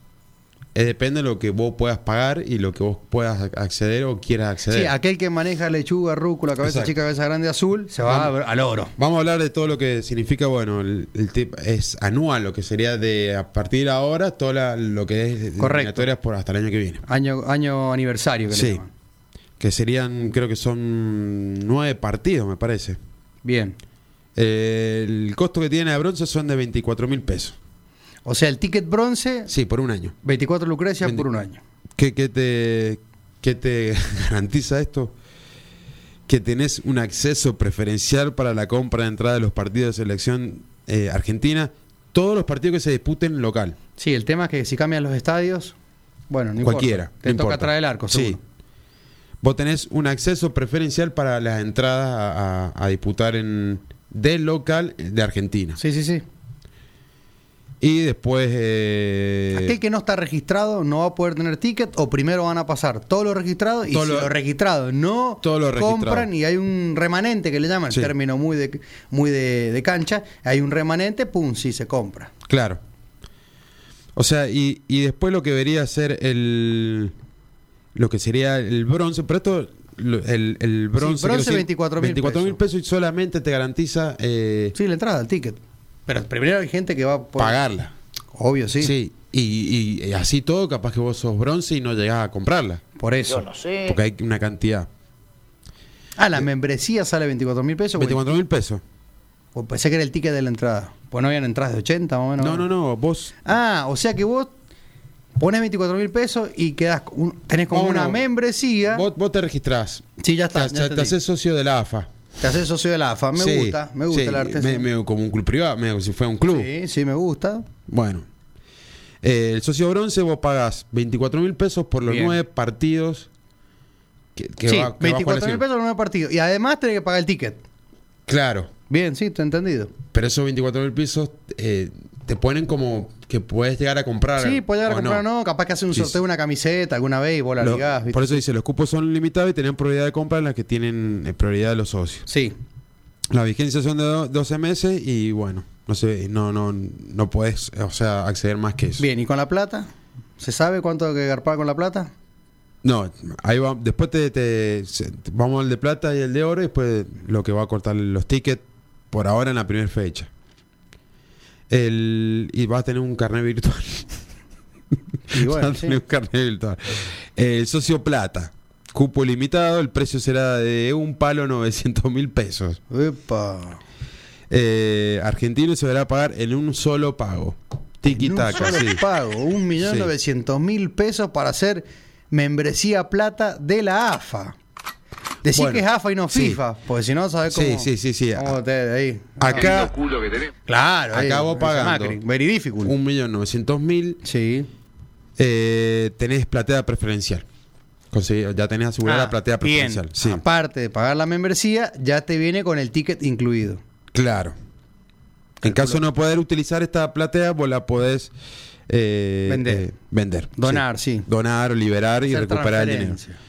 Speaker 6: Eh, depende de lo que vos puedas pagar y lo que vos puedas ac- acceder o quieras acceder.
Speaker 2: Sí, aquel que maneja lechuga, rúcula, cabeza
Speaker 6: Exacto.
Speaker 2: chica, cabeza grande, azul, se va
Speaker 6: Vamos.
Speaker 2: a- al oro.
Speaker 6: Vamos a hablar de todo lo que significa, bueno, el, el tip es anual, lo que sería de a partir de ahora, todo la- lo que es
Speaker 2: Correcto.
Speaker 6: eliminatorias por hasta el año que viene.
Speaker 2: Año, año aniversario que le
Speaker 6: Sí.
Speaker 2: llaman.
Speaker 6: Que serían, creo que son nueve partidos, me parece.
Speaker 2: Bien.
Speaker 6: Eh, el costo que tiene a bronce son de 24 mil pesos.
Speaker 2: O sea, el ticket bronce,
Speaker 6: Sí, por un año.
Speaker 2: 24 Lucrecia
Speaker 6: Veinte-
Speaker 2: por un año.
Speaker 6: ¿Qué, qué te, qué te garantiza esto? Que tenés un acceso preferencial para la compra de entrada de los partidos de selección eh, argentina, todos los partidos que se disputen local.
Speaker 2: Sí, el tema es que si cambian los estadios, bueno, no
Speaker 6: Cualquiera.
Speaker 2: importa. Te
Speaker 6: no
Speaker 2: toca
Speaker 6: importa.
Speaker 2: atrás del arco,
Speaker 6: Sí.
Speaker 2: seguro.
Speaker 6: Vos tenés un acceso preferencial para las entradas a, a- a disputar en del local eh, de Argentina.
Speaker 2: Sí, sí, sí.
Speaker 6: Y después. eh,
Speaker 2: Aquel que no está registrado no va a poder tener ticket o primero van a pasar todos los registrados y
Speaker 6: Todo
Speaker 2: si
Speaker 6: lo-
Speaker 2: los registrados no
Speaker 6: Todo lo registrado.
Speaker 2: compran y hay un remanente que le llaman,
Speaker 6: Sí.
Speaker 2: término muy de muy de, de cancha, hay un remanente, pum, sí se compra.
Speaker 6: Claro. O sea, y, y después lo que debería ser el. Lo que sería el bronce, pero esto. lo- El, el bronce.
Speaker 2: bronce,
Speaker 6: quiero decir,
Speaker 2: 24.000
Speaker 6: 24.000 pesos y solamente te garantiza eh,
Speaker 2: Sí, la entrada al ticket. Pero primero hay gente que va a poder-
Speaker 6: pagarla.
Speaker 2: Obvio, sí.
Speaker 6: Sí. Y, y- y así todo, capaz que vos sos bronce y no llegás a comprarla.
Speaker 2: Por eso.
Speaker 6: Porque hay una cantidad.
Speaker 2: Ah, la membresía sale 24 mil pesos. güey.
Speaker 6: 24 mil pesos.
Speaker 2: O Pues pensé que era el ticket de la entrada. Pues no habían entradas de 80 más o menos.
Speaker 6: No, no, no. Vos.
Speaker 2: Ah, o sea que vos pones 24 mil pesos y quedás, con un- tenés como
Speaker 6: No,
Speaker 2: una
Speaker 6: Oh, no.
Speaker 2: membresía.
Speaker 6: Vos, vos te registrás.
Speaker 2: Sí, ya está.
Speaker 6: Te-
Speaker 2: ya
Speaker 6: te,
Speaker 2: entendí.
Speaker 6: haces socio de la AFA.
Speaker 2: Te haces socio de la AFA. Me
Speaker 6: Sí,
Speaker 2: gusta, me gusta
Speaker 6: sí,
Speaker 2: la artesanía.
Speaker 6: me- me- como un club privado, me- como si fuera un club.
Speaker 2: Sí, sí, me gusta.
Speaker 6: Bueno. Eh, el socio bronce vos pagás 24 mil pesos por los
Speaker 2: Bien.
Speaker 6: nueve partidos que, que
Speaker 2: Sí,
Speaker 6: va- que va a
Speaker 2: 24
Speaker 6: jugar
Speaker 2: mil
Speaker 6: la
Speaker 2: pesos en un partido. Y además tenés que pagar el ticket.
Speaker 6: selección. Claro.
Speaker 2: Bien, sí, te he entendido.
Speaker 6: Pero esos 24 mil pesos eh, te ponen como que puedes llegar a comprar.
Speaker 2: sí, puedes llegar a
Speaker 6: o
Speaker 2: comprar o no. Capaz que hace un
Speaker 6: Sí,
Speaker 2: sorteo de una camiseta alguna vez y vos la
Speaker 6: Lo-
Speaker 2: ligás, ¿viste?
Speaker 6: por eso dice, los cupos son limitados y tienen prioridad de compra en las que tienen eh, prioridad de los socios.
Speaker 2: Sí,
Speaker 6: La vigencia son de do- 12 meses y bueno, no sé, no, no, no puedes, o sea, acceder más que eso.
Speaker 2: Bien, ¿y con la plata? ¿Se sabe cuánto hay que garpar con la plata?
Speaker 6: No, ahí va, después te, te- se- te- vamos al de plata y el de oro y después lo que va a cortar los tickets por ahora en la primera fecha. El, y vas a tener un carnet virtual.
Speaker 2: Y bueno,
Speaker 6: Vas a
Speaker 2: sí.
Speaker 6: tener un carnet virtual. El socio plata, cupo limitado, el precio será de un palo 900 mil pesos.
Speaker 2: Epa.
Speaker 6: Eh, argentino se deberá pagar en un solo pago. Tiki taca,
Speaker 2: En un
Speaker 6: sí.
Speaker 2: solo pago, un millón
Speaker 6: Sí.
Speaker 2: novecientos mil pesos para hacer membresía plata de la AFA. Decir
Speaker 6: Bueno,
Speaker 2: que es AFA y no
Speaker 6: sí.
Speaker 2: FIFA, porque si no, ¿sabes cómo?
Speaker 6: Sí, sí, sí, sí.
Speaker 2: cómo te- ahí.
Speaker 6: Acá,
Speaker 2: Claro, ahí,
Speaker 6: acá vos
Speaker 2: esa
Speaker 6: pagando
Speaker 2: Macri, Very difficult.
Speaker 6: 1.900.000
Speaker 2: Sí.
Speaker 6: eh, tenés platea preferencial. Conseguí- ya tenés asegurada la
Speaker 2: Ah,
Speaker 6: platea
Speaker 2: bien.
Speaker 6: preferencial. Sí,
Speaker 2: Aparte de pagar la membresía, ya te viene con el ticket incluido.
Speaker 6: claro. En caso de no poder utilizar esta platea, vos la podés eh,
Speaker 2: Vender.
Speaker 6: eh, vender.
Speaker 2: Donar, sí.
Speaker 6: Donar, liberar y
Speaker 2: Hacer
Speaker 6: recuperar el dinero.
Speaker 2: transferencia.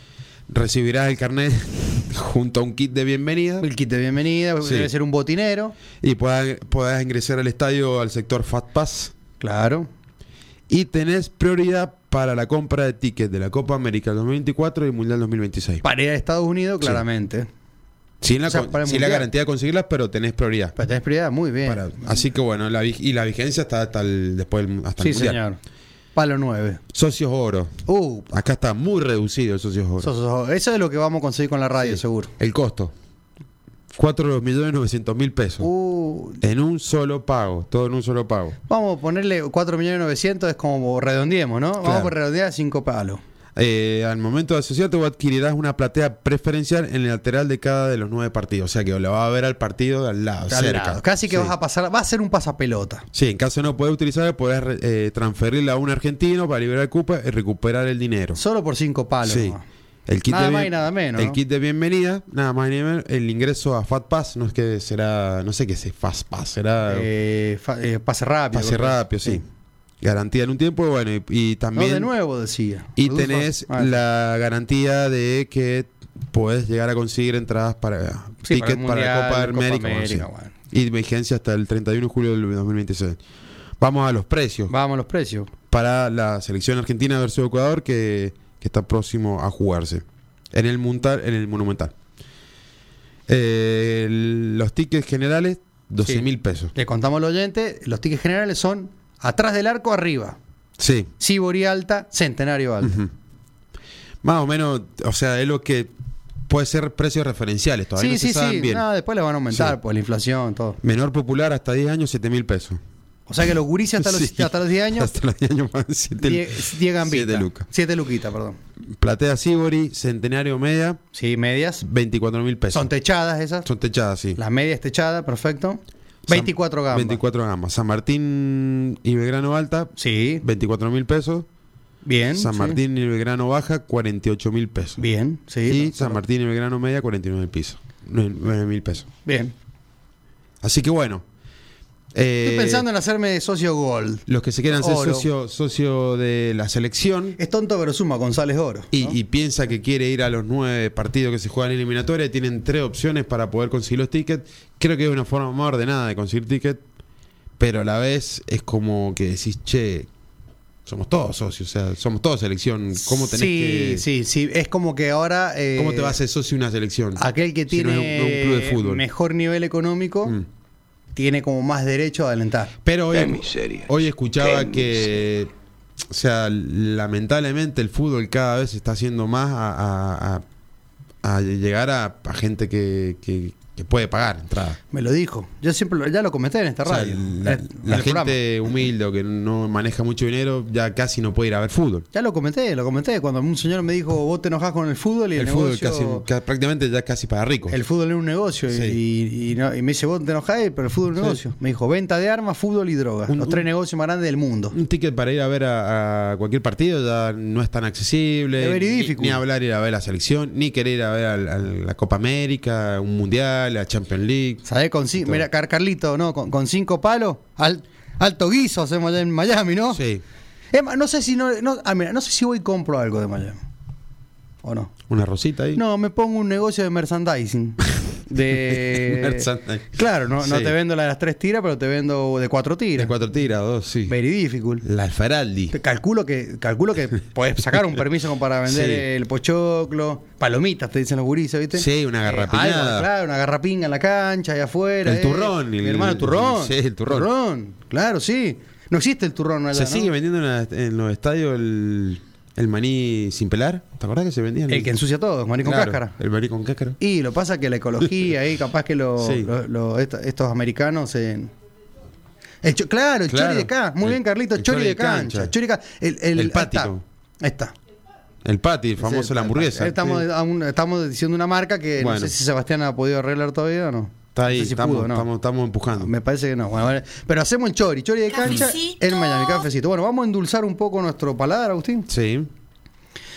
Speaker 6: Recibirás el carnet junto a un kit de bienvenida
Speaker 2: El kit de bienvenida,
Speaker 6: Sí.
Speaker 2: debe ser un botinero.
Speaker 6: y puedas, puedas ingresar al estadio al sector Fast Pass
Speaker 2: Claro.
Speaker 6: y tenés prioridad para la compra de tickets de la Copa América 2024 y Mundial 2026.
Speaker 2: Para ir a Estados Unidos, claramente.
Speaker 6: Sin la,
Speaker 2: O sea,
Speaker 6: con-
Speaker 2: para el
Speaker 6: sin la
Speaker 2: Mundial.
Speaker 6: garantía de conseguirlas, pero tenés prioridad.
Speaker 2: Pero tenés prioridad, muy bien.
Speaker 6: Para- así que bueno, la, vi- y la vigencia está hasta el, después del- hasta el
Speaker 2: sí,
Speaker 6: Mundial.
Speaker 2: señor. Palo 9.
Speaker 6: Socios oro.
Speaker 2: Uh,
Speaker 6: Acá está muy reducido el socios oro.
Speaker 2: sos- sos- eso es lo que vamos a conseguir con la radio, seguro.
Speaker 6: El costo. 4.900.000 pesos.
Speaker 2: Uh,
Speaker 6: En un solo pago, todo en un solo pago.
Speaker 2: vamos a ponerle 4.900.000, es como redondeemos, ¿no? Vamos
Speaker 6: Claro.
Speaker 2: a redondear a 5 palos.
Speaker 6: Eh, al momento de asociarte, vos adquirirás una platea preferencial en el lateral de cada de los nueve partidos. O sea que la vas a ver al partido de al lado,
Speaker 2: Al
Speaker 6: cerca.
Speaker 2: lado. Casi que
Speaker 6: Sí.
Speaker 2: vas a pasar, va a ser un pasapelota.
Speaker 6: Sí, en caso no puedas utilizar, podés re- eh, transferirla a un argentino para liberar el cupo y recuperar el dinero.
Speaker 2: Solo por 5 palos.
Speaker 6: Sí.
Speaker 2: nomás.
Speaker 6: El kit
Speaker 2: Nada
Speaker 6: de
Speaker 2: más
Speaker 6: bien-
Speaker 2: y nada menos,
Speaker 6: El
Speaker 2: ¿no?
Speaker 6: kit de bienvenida, nada más y nada menos. El ingreso a Fat Pass, no es que será, no sé qué es Fast Pass, será
Speaker 2: Eh, fa- eh, pase rápido.
Speaker 6: pase rápido, sí. Garantía en un tiempo, bueno, y, y
Speaker 2: No,
Speaker 6: también.
Speaker 2: de nuevo decía.
Speaker 6: Y
Speaker 2: Reduce-
Speaker 6: tenés
Speaker 2: Ah,
Speaker 6: la garantía de que puedes llegar a conseguir entradas para
Speaker 2: Sí, para el
Speaker 6: ticket para,
Speaker 2: Mundial,
Speaker 6: Copa
Speaker 2: Copa
Speaker 6: América. bueno,
Speaker 2: América,
Speaker 6: sí.
Speaker 2: bueno.
Speaker 6: Y vigencia hasta el 31 de julio del 2026. Vamos a los precios.
Speaker 2: Vamos a los precios.
Speaker 6: Para la selección argentina versus Ecuador que, que está próximo a jugarse. En el, Muntal- en el Monumental. Eh, el- los tickets generales, 12
Speaker 2: Sí.
Speaker 6: mil pesos.
Speaker 2: Le contamos al oyente, los tickets generales son atrás del arco arriba.
Speaker 6: Sí.
Speaker 2: Sibori alta, centenario alta.
Speaker 6: Más o menos, o sea, es lo que puede ser precios referenciales. Todavía
Speaker 2: sí,
Speaker 6: no se
Speaker 2: sí,
Speaker 6: saben
Speaker 2: sí.
Speaker 6: bien.
Speaker 2: No, después le van a aumentar
Speaker 6: Sí.
Speaker 2: por la inflación, todo.
Speaker 6: Menor popular hasta 10 años, 7 mil pesos.
Speaker 2: O sea que los gurises hasta, los,
Speaker 6: Sí.
Speaker 2: hasta los 10 años,
Speaker 6: Hasta los 10 años más 7
Speaker 2: 10 10 gambitas.
Speaker 6: 7 lucas.
Speaker 2: 7 luquitas, perdón.
Speaker 6: Platea Sibori, Centenario Media,
Speaker 2: Sí, medias.
Speaker 6: 24 mil pesos.
Speaker 2: Son techadas esas.
Speaker 6: Son techadas, sí.
Speaker 2: Las medias techadas, perfecto.
Speaker 6: San-
Speaker 2: 24 gambas.
Speaker 6: 24 gambas. San Martín y Belgrano Alta,
Speaker 2: Sí,
Speaker 6: 24 mil pesos.
Speaker 2: bien.
Speaker 6: San
Speaker 2: sí.
Speaker 6: Martín y Belgrano Baja, 48 mil pesos.
Speaker 2: Bien, sí.
Speaker 6: Y
Speaker 2: no,
Speaker 6: San Martín y Belgrano Media, 49 mil pesos. 9 mil pesos.
Speaker 2: Bien.
Speaker 6: Así que bueno. eh,
Speaker 2: Estoy pensando en hacerme socio Gold.
Speaker 6: Los que se quieran ser
Speaker 2: Oro.
Speaker 6: socio, socio de la selección.
Speaker 2: Es tonto pero suma González Oro.
Speaker 6: Y,
Speaker 2: ¿no?
Speaker 6: y piensa que quiere ir a los nueve partidos que se juegan en eliminatoria. y Tienen tres opciones para poder conseguir los tickets. Creo que es una forma más ordenada de conseguir tickets. Pero a la vez es como que decís, che, somos todos socios. O sea, somos todos selección. ¿Cómo tenés
Speaker 2: sí,
Speaker 6: que-
Speaker 2: sí, sí. Es como que ahora. eh,
Speaker 6: ¿Cómo te vas a hacer socio de una selección?
Speaker 2: Aquel que
Speaker 6: Si no
Speaker 2: tiene
Speaker 6: es un- no es un club de fútbol.
Speaker 2: mejor nivel económico
Speaker 6: Mm.
Speaker 2: tiene como más derecho a alentar.
Speaker 6: Pero
Speaker 7: Qué
Speaker 6: hoy,
Speaker 7: miseria.
Speaker 6: hoy escuchaba
Speaker 7: Qué
Speaker 6: que, o sea, lamentablemente el fútbol cada vez se está haciendo más a, a- a- a llegar a, a gente que, que- que puede pagar entrada.
Speaker 2: Me lo dijo. Yo siempre lo- ya lo comenté en esta
Speaker 6: O sea,
Speaker 2: radio.
Speaker 6: la,
Speaker 2: en el-
Speaker 6: la
Speaker 2: en el programa.
Speaker 6: gente humilde o que no maneja mucho dinero ya casi no puede ir a ver fútbol.
Speaker 2: Ya lo comenté, lo comenté. Cuando un señor me dijo, vos te enojás con el fútbol y el,
Speaker 6: El, fútbol
Speaker 2: negocio-
Speaker 6: casi, ca- prácticamente ya casi para ricos.
Speaker 2: El fútbol era un negocio. y-
Speaker 6: Sí.
Speaker 2: Y, y no- y me dice, vos te enojás, pero el fútbol es un
Speaker 6: Sí.
Speaker 2: negocio. Me dijo, venta de armas, fútbol y drogas.
Speaker 6: Un-
Speaker 2: los tres
Speaker 6: un- Mm.
Speaker 2: negocios más grandes del mundo.
Speaker 6: Un ticket para ir a ver a, a cualquier partido ya no es tan accesible.
Speaker 2: Es
Speaker 6: ni,
Speaker 2: veridífico.
Speaker 6: ni hablar ir a ver la selección, ni querer ir a ver al- al- la Copa América, un mundial, la Champions League.
Speaker 2: ¿Sabés? Con, cin- mira, Car- Carlito, ¿no? Con, con cinco palos, al- alto guiso hacemos allá en Miami, ¿no?
Speaker 6: Sí,
Speaker 2: Es más, no sé si no, no, ah, mira, no sé si voy y compro algo de Miami. ¿O no?
Speaker 6: una rosita ahí.
Speaker 2: No, me pongo un negocio de merchandising. De.
Speaker 6: Merchandising.
Speaker 2: Claro, no, no
Speaker 6: Sí.
Speaker 2: te vendo la de las tres tiras, pero te vendo de cuatro tiras.
Speaker 6: de cuatro tiras, dos, sí.
Speaker 2: Very difficult.
Speaker 6: La Alfaraldi.
Speaker 2: Te Calculo que, calculo que podés sacar un permiso como para vender
Speaker 6: Sí.
Speaker 2: el pochoclo, palomitas, te dicen los gurises, ¿viste? Eh,
Speaker 6: Sí, una garrapiñada.
Speaker 2: algo, claro, una garrapinga en la cancha, allá afuera.
Speaker 6: El
Speaker 2: eh.
Speaker 6: turrón, el-
Speaker 2: Mi hermano, el turrón.
Speaker 6: Sí, el turrón.
Speaker 2: Claro, sí. No existe el turrón allá,
Speaker 6: ¿Se
Speaker 2: ¿no?
Speaker 6: sigue vendiendo en, la- en los estadios el, el maní sin pelar? ¿Te acordás que se vendía? en
Speaker 2: El que ensucia todo, maní con
Speaker 6: Claro,
Speaker 2: cáscara.
Speaker 6: El maní con cáscara.
Speaker 2: Y lo pasa que la ecología ahí, capaz que lo-
Speaker 6: Sí.
Speaker 2: lo- lo- esta- estos americanos se- El cho- claro, el
Speaker 6: Claro.
Speaker 2: chori de cancha. Muy
Speaker 6: El-
Speaker 2: bien, Carlito,
Speaker 6: el
Speaker 2: chori, de cancha. chori de ca- el,
Speaker 6: El
Speaker 2: ahí
Speaker 6: pático.
Speaker 2: está. Ahí está.
Speaker 6: El patty, el famoso
Speaker 2: Sí,
Speaker 6: la hamburguesa.
Speaker 2: Estamos,
Speaker 6: Sí.
Speaker 2: a un- estamos diciendo una marca que
Speaker 6: Bueno.
Speaker 2: no sé si Sebastián ha podido arreglar todavía o no.
Speaker 6: Está
Speaker 2: No
Speaker 6: ahí,
Speaker 2: sé si
Speaker 6: estamos,
Speaker 2: pudo, no.
Speaker 6: estamos, estamos empujando.
Speaker 2: Me parece que no. Bueno, vale. Pero hacemos el chori, chori de cancha
Speaker 9: Cafecito.
Speaker 2: en Miami, cafecito. Bueno, vamos a endulzar un poco nuestro paladar, Agustín.
Speaker 6: Sí.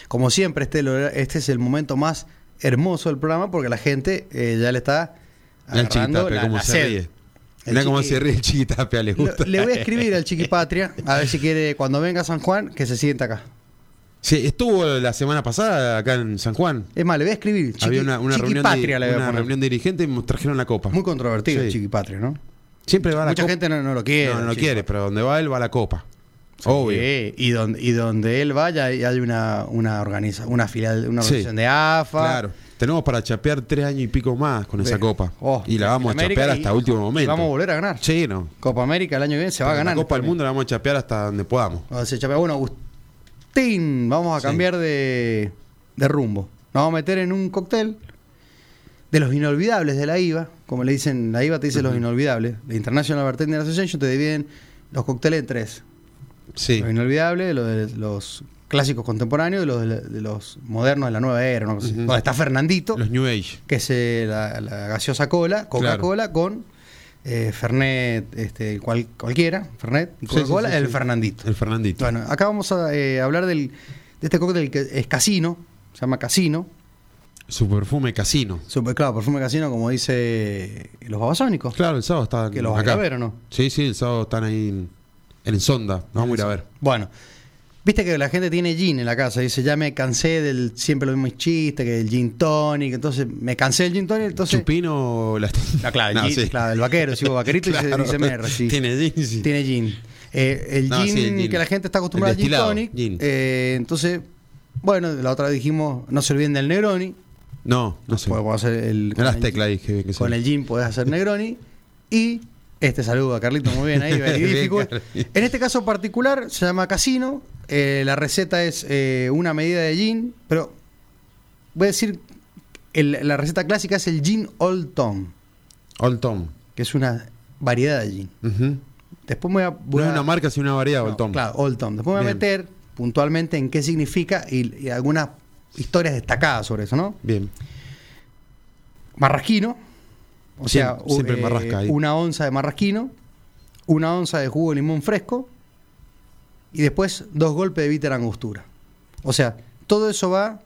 Speaker 2: Como siempre, este, lo- este es el momento más hermoso del programa porque la gente eh, ya le está
Speaker 6: Mira el
Speaker 2: agarrando
Speaker 6: chitape,
Speaker 2: la,
Speaker 6: cómo
Speaker 2: la
Speaker 6: se
Speaker 2: sed.
Speaker 6: ríe. Mirá
Speaker 2: El
Speaker 6: cómo
Speaker 2: chiqui-
Speaker 6: se ríe el chiquitapia, le
Speaker 2: Lo-
Speaker 6: gusta.
Speaker 2: le voy a escribir al Chiquipatria, a ver si quiere, cuando venga a San Juan, que se sienta acá.
Speaker 6: Sí, estuvo la semana pasada acá en San Juan.
Speaker 2: Es más, le voy a escribir. Chiqui,
Speaker 6: Había una, una reunión,
Speaker 2: Chiquipatria
Speaker 6: de,
Speaker 2: le voy a
Speaker 6: una
Speaker 2: poner.
Speaker 6: reunión de dirigentes y nos trajeron la copa.
Speaker 2: Muy controvertido
Speaker 6: Sí.
Speaker 2: el Chiquipatria, ¿no?
Speaker 6: Siempre va a la
Speaker 2: Mucha
Speaker 6: copa.
Speaker 2: gente no, no lo quiere.
Speaker 6: no, no lo
Speaker 2: Chiqui.
Speaker 6: quiere, pero donde va él va a la copa.
Speaker 2: Sí,
Speaker 6: Obvio.
Speaker 2: Y donde, y donde él vaya hay hay una, una, organiza, una filial, una
Speaker 6: Sí.
Speaker 2: organización de AFA.
Speaker 6: Claro. Tenemos para chapear tres años y pico más con esa
Speaker 2: Ve.
Speaker 6: copa.
Speaker 2: Oh,
Speaker 6: y la vamos a
Speaker 2: América
Speaker 6: chapear
Speaker 2: y-
Speaker 6: hasta último
Speaker 2: y
Speaker 6: momento.
Speaker 2: Vamos a volver a ganar.
Speaker 6: Sí, no.
Speaker 2: Copa América el año que viene se va a ganar.
Speaker 6: La Copa del Mundo la vamos a chapear hasta donde podamos.
Speaker 2: O sea, chapea. Bueno, Agustín, vamos a
Speaker 6: Sí.
Speaker 2: cambiar de, de rumbo. Nos vamos a meter en un cóctel de los inolvidables de la IVA. Como le dicen, la IVA te dice los inolvidables. La International Bartender Association te dividen los cócteles en tres.
Speaker 6: Sí.
Speaker 2: Los inolvidables, los, de los clásicos contemporáneos y los, de la- de los modernos de la nueva era. una cosa así.
Speaker 6: Ujú.
Speaker 2: Donde está Fernandito,
Speaker 6: Los New Age.
Speaker 2: que es eh, la, la gaseosa cola, Coca-Cola con... eh, Fernet, este, cual- cualquiera, Fernet y
Speaker 6: Sí, sí,
Speaker 2: Coca-Cola,
Speaker 6: sí,
Speaker 2: el
Speaker 6: sí.
Speaker 2: Fernandito.
Speaker 6: El Fernandito.
Speaker 2: Bueno, acá vamos a eh, hablar del, de este cóctel que es casino, se llama casino.
Speaker 6: Su perfume casino.
Speaker 2: Super, claro, perfume casino, como dice los babasónicos.
Speaker 6: Claro, el sábado está
Speaker 2: Que los van a ver, ¿o no?
Speaker 6: Sí, sí, el sábado están ahí en, en Sonda. Nos vamos a ir a ver.
Speaker 2: Bueno, viste que la gente tiene gin en la casa, dice, ya me cansé del siempre lo mismo chiste, que el gin tonic, entonces me cansé del gin tonic, entonces...
Speaker 6: Chupino, la,
Speaker 2: Ah, claro, el
Speaker 6: No,
Speaker 2: gin-
Speaker 6: sí.
Speaker 2: claro, el vaquero, si vos vaquerito y se-
Speaker 6: Claro.
Speaker 2: y se merra, sí.
Speaker 6: Tiene jeans. sí.
Speaker 2: Tiene gin. Eh, el,
Speaker 6: No,
Speaker 2: gin
Speaker 6: sí, el gin.
Speaker 2: que la gente está acostumbrada
Speaker 6: El
Speaker 2: al gin
Speaker 6: destilado,
Speaker 2: tonic.
Speaker 6: gin.
Speaker 2: eh, entonces, bueno, la otra vez dijimos, no se olviden del Negroni.
Speaker 6: No, no sé.
Speaker 2: Podemos hacer el,
Speaker 6: Eran las
Speaker 2: el-
Speaker 6: teclas ahí que- que
Speaker 2: con
Speaker 6: son.
Speaker 2: el gin podés hacer Negroni. Y este saludo a Carlito, muy bien ahí, veridífico.
Speaker 6: Bien, Carlito.
Speaker 2: en este caso particular se llama Casino. eh, la receta es eh, una medida de gin, pero voy a decir, el- la receta clásica es el gin Old Tom,
Speaker 6: Old Tom.
Speaker 2: que es una variedad de gin.
Speaker 6: Ujú.
Speaker 2: Después me voy a... voy
Speaker 6: No
Speaker 2: a-
Speaker 6: es una marca, sino una variedad,
Speaker 2: no,
Speaker 6: Old Tom.
Speaker 2: Claro, Old Tom. Después me voy a
Speaker 6: Bien.
Speaker 2: meter puntualmente en qué significa y- y algunas historias destacadas sobre eso, ¿no?
Speaker 6: Bien.
Speaker 2: marrasquino. O sea,
Speaker 6: Siempre- siempre
Speaker 2: u- eh,
Speaker 6: marrasca ahí.
Speaker 2: una onza de marrasquino, una onza de jugo de limón fresco y después dos golpes de bitter angostura. O sea, todo eso va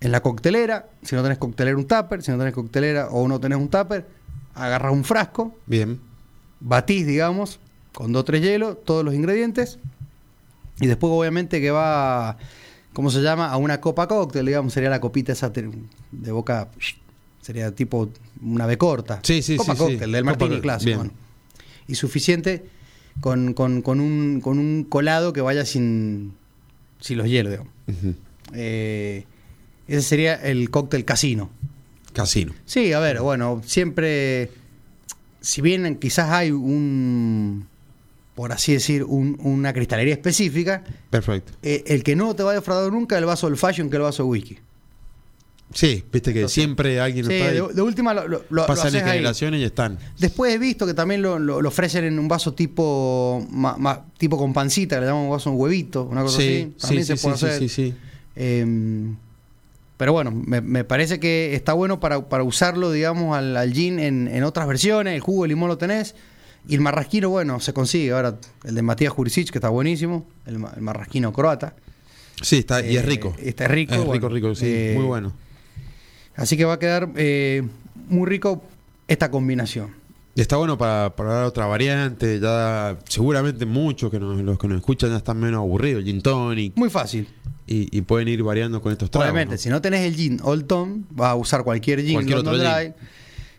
Speaker 2: en la coctelera. Si no tenés coctelera, un tupper. Si no tenés coctelera o no tenés un tupper, agarras un frasco,
Speaker 6: Bien.
Speaker 2: batís, digamos, con dos o tres hielos, todos los ingredientes. Y después, obviamente, que va, ¿cómo se llama? A una copa cóctel, digamos, sería la copita esa ter- de boca, sería tipo una B corta.
Speaker 6: Sí, sí,
Speaker 2: copa
Speaker 6: sí, sí.
Speaker 2: cóctel, del
Speaker 6: Copa
Speaker 2: martini
Speaker 6: co-
Speaker 2: clásico.
Speaker 6: bien.
Speaker 2: bueno. Y suficiente con, con- con un, con un colado que vaya sin, sin los hielos, digamos.
Speaker 6: Ujú.
Speaker 2: Eh, ese sería el cóctel casino.
Speaker 6: Casino.
Speaker 2: Sí, a ver, bueno, siempre, si bien quizás hay un, por así decir, un- una cristalería específica,
Speaker 6: Perfecto.
Speaker 2: eh, el que no te va a defraudar nunca es el vaso del fashion que el vaso de whisky.
Speaker 6: Sí, viste que siempre alguien
Speaker 2: Sí,
Speaker 6: está ahí.
Speaker 2: de, de última lo, lo, lo- lo
Speaker 6: pasan
Speaker 2: haces
Speaker 6: en
Speaker 2: ahí.
Speaker 6: generaciones y están.
Speaker 2: Después he visto que también lo, lo- lo ofrecen en un vaso tipo ma- ma- tipo con pancita, que le llaman un vaso un huevito, una cosa
Speaker 6: Sí,
Speaker 2: así.
Speaker 6: sí,
Speaker 2: También
Speaker 6: sí,
Speaker 2: se puede
Speaker 6: sí,
Speaker 2: hacer.
Speaker 6: sí, sí.
Speaker 2: Eh, pero bueno, me, me parece que está bueno para, para usarlo, digamos, al, al gin en, en otras versiones. El jugo de limón lo tenés. Y el marrasquino, bueno, se consigue. Ahora, el de Matías Jurisic, que está buenísimo. El, ma- el marrasquino croata.
Speaker 6: Sí, está, Ah, y
Speaker 2: Eh,
Speaker 6: es rico. Ah,
Speaker 2: está rico,
Speaker 6: Es
Speaker 2: bueno.
Speaker 6: rico, rico, sí.
Speaker 2: Eh,
Speaker 6: muy bueno.
Speaker 2: Así que va a quedar eh, muy rico esta combinación.
Speaker 6: Y está bueno para, para dar otra variante. Ya seguramente muchos que nos, los que nos escuchan ya están menos aburridos. Gin tonic.
Speaker 2: Muy fácil.
Speaker 6: Y, y pueden ir variando con estos tragos.
Speaker 2: Obviamente,
Speaker 6: ¿no?
Speaker 2: si no tenés el gin Old Tom, vas a usar cualquier gin
Speaker 6: Cualquier
Speaker 2: London
Speaker 6: otro gin.
Speaker 2: Dry.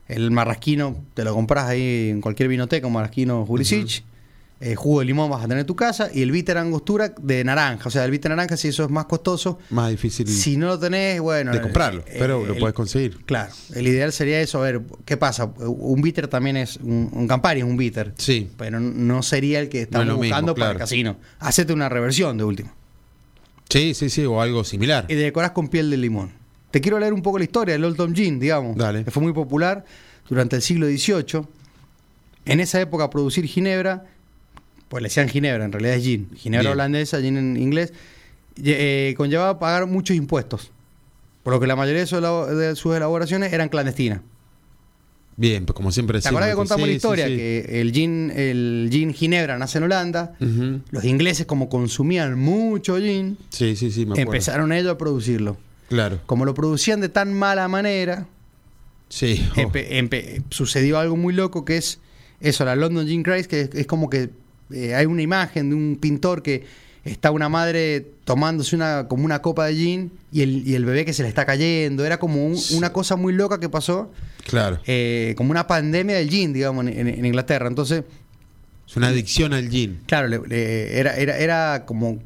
Speaker 2: El marrasquino te lo compras ahí en cualquier vinoteca, un marrasquino Jurisic. Eh, jugo de limón vas a tener en tu casa. Y el bitter angostura de naranja. O sea, el bitter naranja, si eso es más costoso.
Speaker 6: Más difícil
Speaker 2: Si no lo tenés, bueno.
Speaker 6: Mm. de
Speaker 2: el-
Speaker 6: comprarlo,
Speaker 2: el-
Speaker 6: pero lo
Speaker 2: el-
Speaker 6: puedes conseguir.
Speaker 2: Claro, el ideal sería eso. A ver, ¿qué pasa? Un bitter también es. Un, un Campari es un bitter.
Speaker 6: Sí.
Speaker 2: Pero no sería el que estamos
Speaker 6: lo mismo,
Speaker 2: buscando para el
Speaker 6: claro.
Speaker 2: casino. Hacete una reversión de último.
Speaker 6: Sí, sí, sí, o algo similar.
Speaker 2: y te decorás con piel de limón. Te quiero leer un poco la historia del Old Tom Gin, digamos,
Speaker 6: Dale.
Speaker 2: que fue muy popular durante el siglo XVIII. En esa época producir ginebra, pues le decían ginebra, en realidad es gin, ginebra
Speaker 6: Bien.
Speaker 2: holandesa, gin en inglés, y, eh, conllevaba pagar muchos impuestos, por lo que la mayoría de su elabo- de sus elaboraciones eran clandestinas.
Speaker 6: Bien, pues como siempre
Speaker 2: ¿Te acordás que
Speaker 6: decimos,
Speaker 2: contamos
Speaker 6: sí,
Speaker 2: la historia?
Speaker 6: sí, sí.
Speaker 2: Que el gin, el gin ginebra nace en Holanda,
Speaker 6: Ujú.
Speaker 2: los ingleses como consumían mucho gin,
Speaker 6: Sí, sí, sí, Mm. me acuerdo.
Speaker 2: empezaron ellos a producirlo.
Speaker 6: Claro.
Speaker 2: Como lo producían de tan mala manera,
Speaker 6: Sí. oh,
Speaker 2: empe- empe- sucedió algo muy loco que es eso, la London Jean Craze, que es, es como que eh, hay una imagen de un pintor que está una madre tomándose una, como una copa de gin y el, y el bebé que se le está cayendo. Era como un- una cosa muy loca que pasó,
Speaker 6: Claro.
Speaker 2: eh, como una pandemia del gin, digamos, en- en- en Inglaterra. Entonces,
Speaker 6: Es una adicción al gin.
Speaker 2: Claro, le- le- era, era, era como,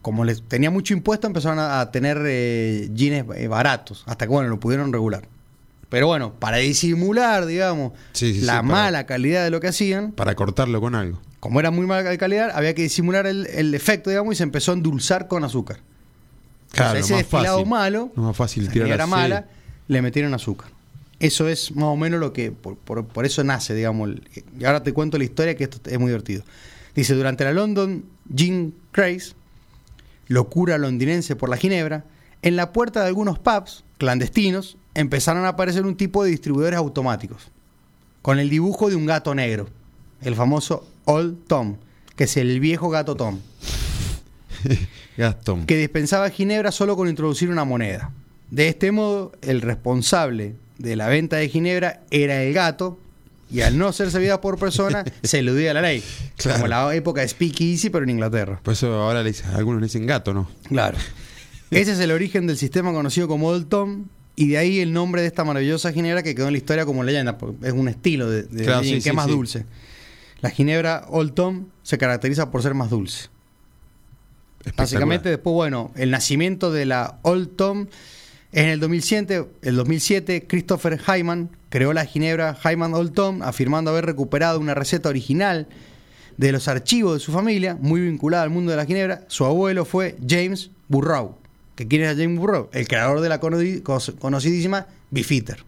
Speaker 2: como les tenía mucho impuesto, empezaron a, a tener eh, jeans eh, baratos, hasta que bueno, lo pudieron regular. Pero bueno, para disimular, digamos,
Speaker 6: Sí, sí, sí,
Speaker 2: la
Speaker 6: para-
Speaker 2: mala calidad de lo que hacían,
Speaker 6: Para cortarlo con algo.
Speaker 2: como era muy mala calidad, había que disimular el, el efecto, digamos, y se empezó a endulzar con azúcar.
Speaker 6: Claro,
Speaker 2: ese
Speaker 6: más
Speaker 2: destilado
Speaker 6: fácil.
Speaker 2: malo,
Speaker 6: Más fácil
Speaker 2: esa
Speaker 6: tirar
Speaker 2: era
Speaker 6: así.
Speaker 2: mala, le metieron azúcar. Eso es más o menos lo que, por, por- por eso nace, digamos. el- y ahora te cuento la historia que esto es muy divertido. Dice, durante la London Gin Craze, locura londinense por la ginebra, en la puerta de algunos pubs clandestinos empezaron a aparecer un tipo de distribuidores automáticos, con el dibujo de un gato negro, el famoso Old Tom, que es el viejo gato Tom
Speaker 6: Gastón.
Speaker 2: que dispensaba Ginebra solo con introducir una moneda. De este modo, el responsable de la venta de Ginebra era el gato y al no ser servida por persona, se eludía la ley.
Speaker 6: Claro.
Speaker 2: Como la época de Speakeasy, pero en Inglaterra.
Speaker 6: Por eso ahora le dicen, algunos le dicen gato, ¿no?
Speaker 2: Claro. Ese es el origen del sistema conocido como Old Tom y de ahí el nombre de esta maravillosa ginebra que quedó en la historia como leyenda, porque es un estilo de, de
Speaker 6: Claro,
Speaker 2: gin
Speaker 6: sí,
Speaker 2: que es
Speaker 6: sí,
Speaker 2: más
Speaker 6: sí.
Speaker 2: dulce. La ginebra Old Tom se caracteriza por ser más dulce. Básicamente,
Speaker 6: Espectacular.
Speaker 2: después, bueno, el nacimiento de la Old Tom en el 2007. El 2007, Christopher Hyman creó la ginebra Hyman Old Tom, afirmando haber recuperado una receta original de los archivos de su familia, muy vinculada al mundo de la ginebra. Su abuelo fue James Burrow. ¿Que quién era James Burrow? El creador de la conodi- cos- conocidísima Bifitter.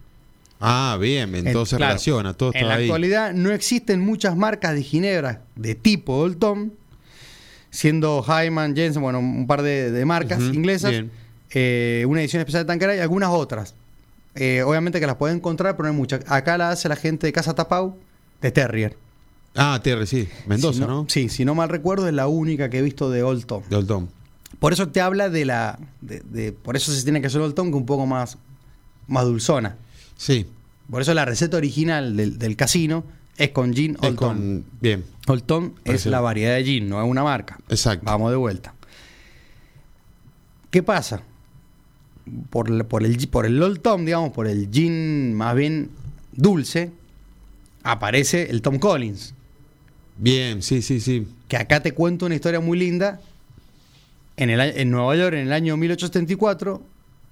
Speaker 6: Ah, bien, bien, todo se
Speaker 2: Claro.
Speaker 6: relaciona, todo
Speaker 2: En
Speaker 6: está
Speaker 2: la
Speaker 6: ahí.
Speaker 2: actualidad no existen muchas marcas de ginebra de tipo Old Tom, siendo Hyman, Jensen, bueno, un par de, de marcas
Speaker 6: Ujú,
Speaker 2: inglesas,
Speaker 6: bien.
Speaker 2: eh, una edición especial de Tanqueray y algunas otras. Eh, obviamente que las pueden encontrar, pero no hay muchas. Acá la hace la gente de Casa Tapau de Terrier.
Speaker 6: Ah, TR, sí. Mendoza,
Speaker 2: Si
Speaker 6: ¿no?
Speaker 2: Sí, si no mal recuerdo, es la única que he visto de Old Tom.
Speaker 6: De Old Tom.
Speaker 2: Por eso te habla de la. de- de- por eso se tiene que hacer Old Tom, que un poco más, más dulzona.
Speaker 6: Sí.
Speaker 2: Por eso la receta original del, del casino es con gin
Speaker 6: Es
Speaker 2: Old Tom.
Speaker 6: con- Bien.
Speaker 2: Old Tom es
Speaker 6: Parecido.
Speaker 2: la variedad de gin, no es una marca.
Speaker 6: Exacto.
Speaker 2: Vamos de vuelta. ¿Qué pasa? Por, la- por el, gi- por el Old Tom, digamos, por el gin más bien dulce, aparece el Tom Collins.
Speaker 6: Bien, sí, sí, sí.
Speaker 2: Que acá te cuento una historia muy linda. En, el a- en Nueva York, en el año 1874,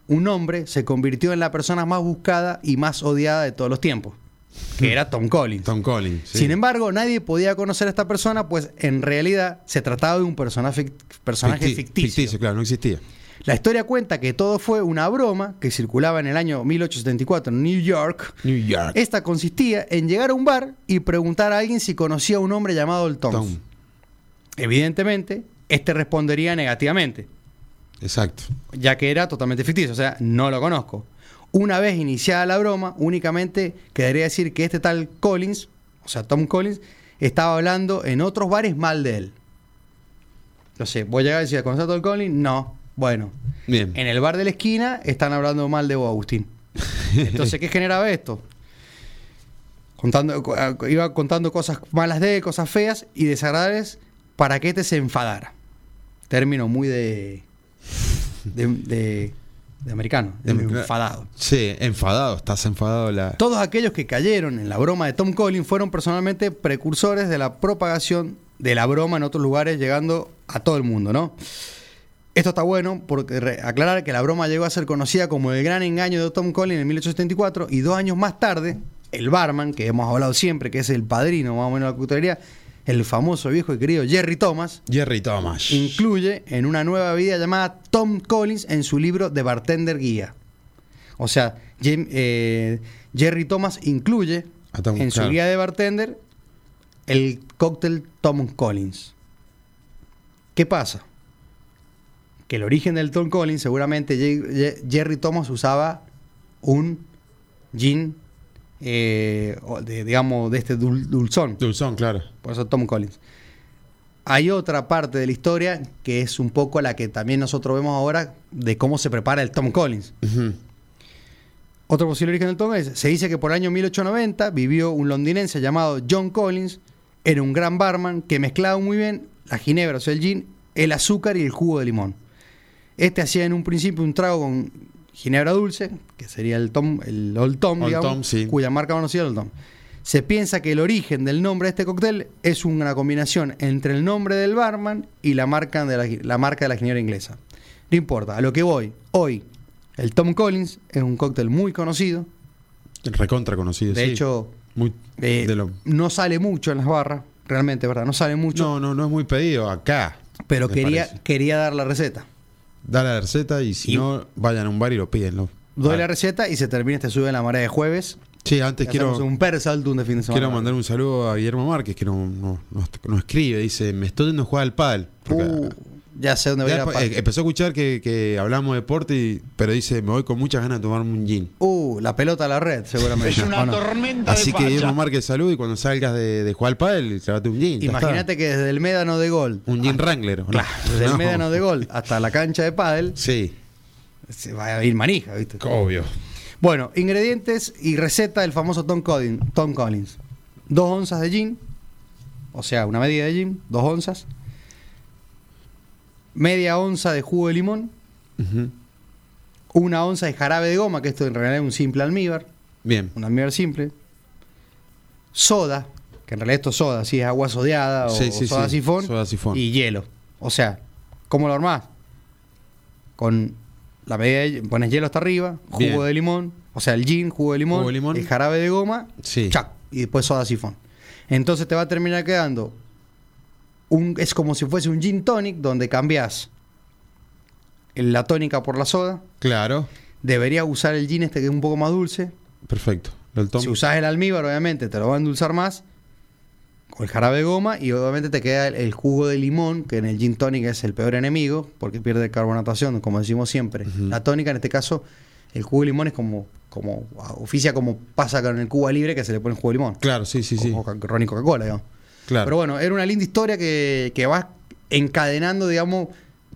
Speaker 2: un hombre se convirtió en la persona más buscada y más odiada de todos los tiempos,
Speaker 6: Hmm.
Speaker 2: que era Tom Collins.
Speaker 6: Tom Collins. sí.
Speaker 2: Sin embargo, nadie podía conocer a esta persona, pues en realidad se trataba de un personaje, personaje
Speaker 6: Ficti-
Speaker 2: ficticio.
Speaker 6: claro, no existía.
Speaker 2: La historia cuenta que todo fue una broma que circulaba en el año 1874 en New York.
Speaker 6: New York.
Speaker 2: Esta consistía en llegar a un bar y preguntar a alguien si conocía a un hombre llamado el Tom.
Speaker 6: Tom.
Speaker 2: Evidentemente, este respondería negativamente,
Speaker 6: Exacto.
Speaker 2: ya que era totalmente ficticio, o sea, no lo conozco. Una vez iniciada la broma, únicamente quedaría decir que este tal Collins, o sea, Tom Collins, estaba hablando en otros bares mal de él. No sé, voy a llegar y decir, ¿conoces a Tom Collins? No. Bueno,
Speaker 6: Bien.
Speaker 2: en el bar de la esquina están hablando mal de vos, Agustín. Entonces, ¿qué generaba esto? Contando, co- ah, iba contando cosas malas de él, cosas feas y desagradables para que este se enfadara. Término muy de. de, de- de americano, de
Speaker 6: Em,
Speaker 2: enfadado.
Speaker 6: Sí, enfadado, estás enfadado la.
Speaker 2: Todos aquellos que cayeron en la broma de Tom Collins fueron personalmente precursores de la propagación de la broma en otros lugares, llegando a todo el mundo, ¿no? Esto está bueno porque re- aclarar que la broma llegó a ser conocida como el gran engaño de Tom Collins en 1874 y dos años más tarde, el barman, que hemos hablado siempre, que es el padrino más o menos de la cutelería, el famoso viejo y querido Jerry Thomas,
Speaker 6: Jerry Thomas.
Speaker 2: incluye en una nueva vida llamada Tom Collins en su libro The Bartender Guía. O sea, Jim- eh, Jerry Thomas incluye
Speaker 6: A Tom,
Speaker 2: en su
Speaker 6: claro.
Speaker 2: guía de bartender el cóctel Tom Collins. ¿Qué pasa? Que el origen del Tom Collins, seguramente Ye- Ye- Jerry Thomas usaba un gin, eh, o de- digamos, de este dul- dulzón.
Speaker 6: Dulzón, claro.
Speaker 2: Por eso Tom Collins. Hay otra parte de la historia que es un poco la que también nosotros vemos ahora de cómo se prepara el Tom Collins.
Speaker 6: Ujú.
Speaker 2: Otro posible origen del tango es, se dice que por el año 1890 vivió un londinense llamado John Collins, era un gran barman que mezclaba muy bien la ginebra, o sea, el gin, el azúcar y el jugo de limón. Este hacía en un principio un trago con ginebra dulce, que sería el Tom, el Old Tom,
Speaker 6: Old
Speaker 2: digamos,
Speaker 6: Tom, sí.
Speaker 2: cuya marca conocida Old Tom. Se piensa que el origen del nombre de este cóctel es una combinación entre el nombre del barman y la marca de la, gi- la marca de la ginebra inglesa. No importa, a lo que voy, hoy el Tom Collins es un cóctel muy conocido,
Speaker 6: Recontra conocido,
Speaker 2: de
Speaker 6: sí.
Speaker 2: hecho
Speaker 6: Muy,
Speaker 2: eh,
Speaker 6: de lo-
Speaker 2: no sale mucho en las barras, realmente, ¿verdad? No sale mucho,
Speaker 6: no, no, no es muy pedido acá.
Speaker 2: pero
Speaker 6: me
Speaker 2: quería,
Speaker 6: parece.
Speaker 2: quería dar la receta.
Speaker 6: Dale a la receta y si
Speaker 2: Y-
Speaker 6: no, vayan a un bar y lo pídenlo.
Speaker 2: Doy
Speaker 6: Ah,
Speaker 2: la receta y se termina este sube en la marea de jueves.
Speaker 6: Sí, antes
Speaker 2: Hacemos
Speaker 6: quiero,
Speaker 2: un persaltum de fin de semana.
Speaker 6: quiero mandar un saludo a Guillermo Márquez que no- no- no- nos escribe. Dice: Me estoy yendo a jugar al pádel. Porque-
Speaker 2: Uh, ya sé dónde voy a ir
Speaker 6: Ya
Speaker 2: a
Speaker 6: empe-
Speaker 2: pa-
Speaker 6: eh, empezó a escuchar que, que hablamos de deporte, y- pero dice, me voy con muchas ganas de tomarme un gin.
Speaker 2: Uh, la pelota a la red, seguramente. ¿o no?
Speaker 6: Así que Guillermo Márquez, salud y cuando salgas de, de jugar al pádel, trabate un gin. ya está.
Speaker 2: Imagínate que desde el médano de gol.
Speaker 6: Un gin wrangler. ¿o no?
Speaker 2: Desde
Speaker 6: No.
Speaker 2: el médano de gol hasta la cancha de pádel
Speaker 6: Sí,
Speaker 2: se va a ir manija, ¿viste?
Speaker 6: obvio.
Speaker 2: Bueno, ingredientes y receta del famoso Tom Collins. Tom Collins. Dos onzas de gin, o sea, una medida de gin, dos onzas. Media onza de jugo de limón,
Speaker 6: Ujú.
Speaker 2: una onza de jarabe de goma, que esto en realidad es un simple almíbar,
Speaker 6: Bien.
Speaker 2: un almíbar simple. Soda, que en realidad esto es soda, si es agua sodeada o,
Speaker 6: Sí, sí,
Speaker 2: o soda,
Speaker 6: sí,
Speaker 2: sifón,
Speaker 6: soda sifón.
Speaker 2: Y hielo. O sea, ¿cómo lo armás? Con la medida de, pones hielo hasta arriba, jugo
Speaker 6: Bien.
Speaker 2: de limón, o sea, el gin, jugo de limón,
Speaker 6: Jugo de limón.
Speaker 2: el jarabe de goma,
Speaker 6: Sí.
Speaker 2: chac, y después soda sifón. Entonces te va a terminar quedando un, es como si fuese un gin tonic donde cambias la tónica por la soda.
Speaker 6: Claro.
Speaker 2: Deberías usar el gin este que es un poco más dulce,
Speaker 6: Perfecto. Lo del Tom.
Speaker 2: si usás el almíbar, obviamente te lo va a endulzar más. Con el jarabe de goma y obviamente te queda el, el jugo de limón, que en el gin tonic es el peor enemigo, porque pierde carbonatación, como decimos siempre. La tónica, en este caso, el jugo de limón es como, como ah, oficia como pasa con el Cuba Libre, que se le pone jugo de limón.
Speaker 6: Claro, sí, sí,
Speaker 2: Con
Speaker 6: sí.
Speaker 2: Coca- Ron y Coca-Cola, digamos.
Speaker 6: Claro.
Speaker 2: Pero bueno, era una linda historia que, que vas encadenando, digamos,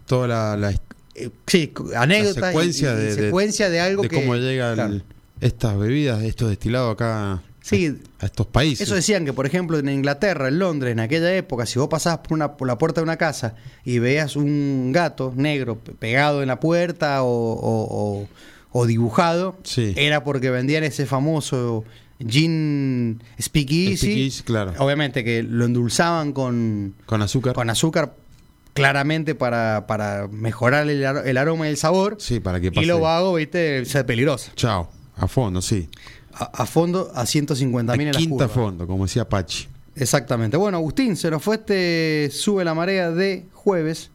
Speaker 6: Toda la, la-
Speaker 2: eh, sí, cu- anécdotas y-
Speaker 6: secuencia
Speaker 2: y, y
Speaker 6: de- de-
Speaker 2: secuencia de algo
Speaker 6: de
Speaker 2: que...
Speaker 6: cómo llegan
Speaker 2: Claro.
Speaker 6: estas bebidas, estos destilados acá
Speaker 2: Sí,
Speaker 6: a estos países.
Speaker 2: Eso decían que, por ejemplo, en Inglaterra, en Londres, en aquella época, si vos pasabas por, una, por la puerta de una casa y veías un gato negro pe- pegado en la puerta o, o- o- o dibujado,
Speaker 6: Sí.
Speaker 2: era porque vendían ese famoso gin speakeasy.
Speaker 6: Speakeasy, claro.
Speaker 2: Obviamente que lo endulzaban con,
Speaker 6: Con azúcar.
Speaker 2: con azúcar claramente para, para mejorar el, ar- el aroma y el sabor.
Speaker 6: Sí, para que
Speaker 2: Y lo
Speaker 6: pase.
Speaker 2: vago, viste, sea peligrosa.
Speaker 6: Chao. A fondo, sí.
Speaker 2: A, a fondo, a 150 mil en
Speaker 6: a
Speaker 2: la
Speaker 6: quinta fondo, como decía Pachi.
Speaker 2: Exactamente. Bueno, Agustín, se nos fue este Sube la Marea de jueves.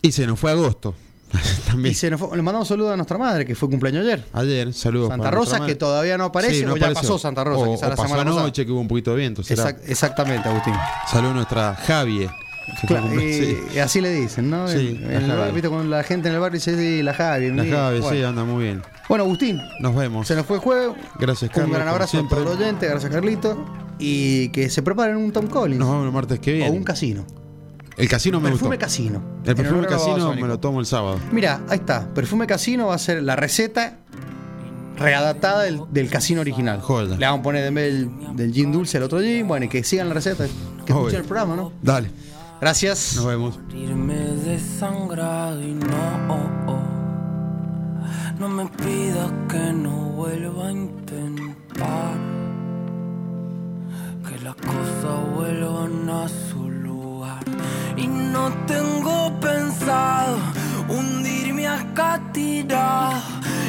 Speaker 6: Y se nos fue agosto. También.
Speaker 2: Y se nos fue- le mandamos un saludo a nuestra madre, que fue cumpleaños ayer.
Speaker 6: Ayer, saludos.
Speaker 2: Santa
Speaker 6: para nuestra
Speaker 2: Rosa,
Speaker 6: madre.
Speaker 2: que todavía no aparece, o ya pasó Santa Rosa,
Speaker 6: O,
Speaker 2: quizá
Speaker 6: o
Speaker 2: la
Speaker 6: pasó
Speaker 2: semana pasada.
Speaker 6: anoche, que hubo un poquito de viento. será.
Speaker 2: Exact- exactamente, Agustín.
Speaker 6: Saludos a nuestra Javier. que
Speaker 2: Cla-
Speaker 6: cumple- sí.
Speaker 2: eh, Así le dicen, ¿no?
Speaker 6: Sí,
Speaker 2: En-
Speaker 6: la
Speaker 2: en el-
Speaker 6: Javi.
Speaker 2: ¿viste? Cuando la gente en el barrio dice, sí, la Javi.
Speaker 6: La
Speaker 2: mira.
Speaker 6: Javi, sí,
Speaker 2: bueno.
Speaker 6: anda muy bien.
Speaker 2: Bueno, Agustín,
Speaker 6: Nos vemos.
Speaker 2: se nos fue el jueves.
Speaker 6: Gracias, Carlos,
Speaker 2: Un gran
Speaker 6: como
Speaker 2: abrazo a
Speaker 6: siempre.
Speaker 2: todos los oyentes, gracias, Carlito. Y que se preparen un Tom Collins
Speaker 6: Nos vemos el martes que
Speaker 2: o
Speaker 6: viene.
Speaker 2: un casino.
Speaker 6: el casino me
Speaker 2: perfume
Speaker 6: gustó.
Speaker 2: casino.
Speaker 6: El
Speaker 2: En
Speaker 6: perfume
Speaker 2: honor a
Speaker 6: casino
Speaker 2: Babasónico.
Speaker 6: me lo tomo el sábado.
Speaker 2: Mira, ahí está. Perfume Casino va a ser la receta readaptada del, del casino original.
Speaker 6: Joya.
Speaker 2: Le vamos a poner en vez del, del gin dulce al otro gin. Bueno, y que sigan la receta. Que
Speaker 6: Obvio.
Speaker 2: escuchen el programa, ¿no?
Speaker 6: Dale,
Speaker 2: Gracias.
Speaker 6: nos vemos.
Speaker 8: morirme desangrado y no, oh, oh. no me pidas que no vuelva a intentar que las cosas vuelvan a su lugar y no tengo pensado hundirme acá tirado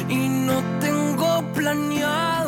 Speaker 8: y no tengo planeado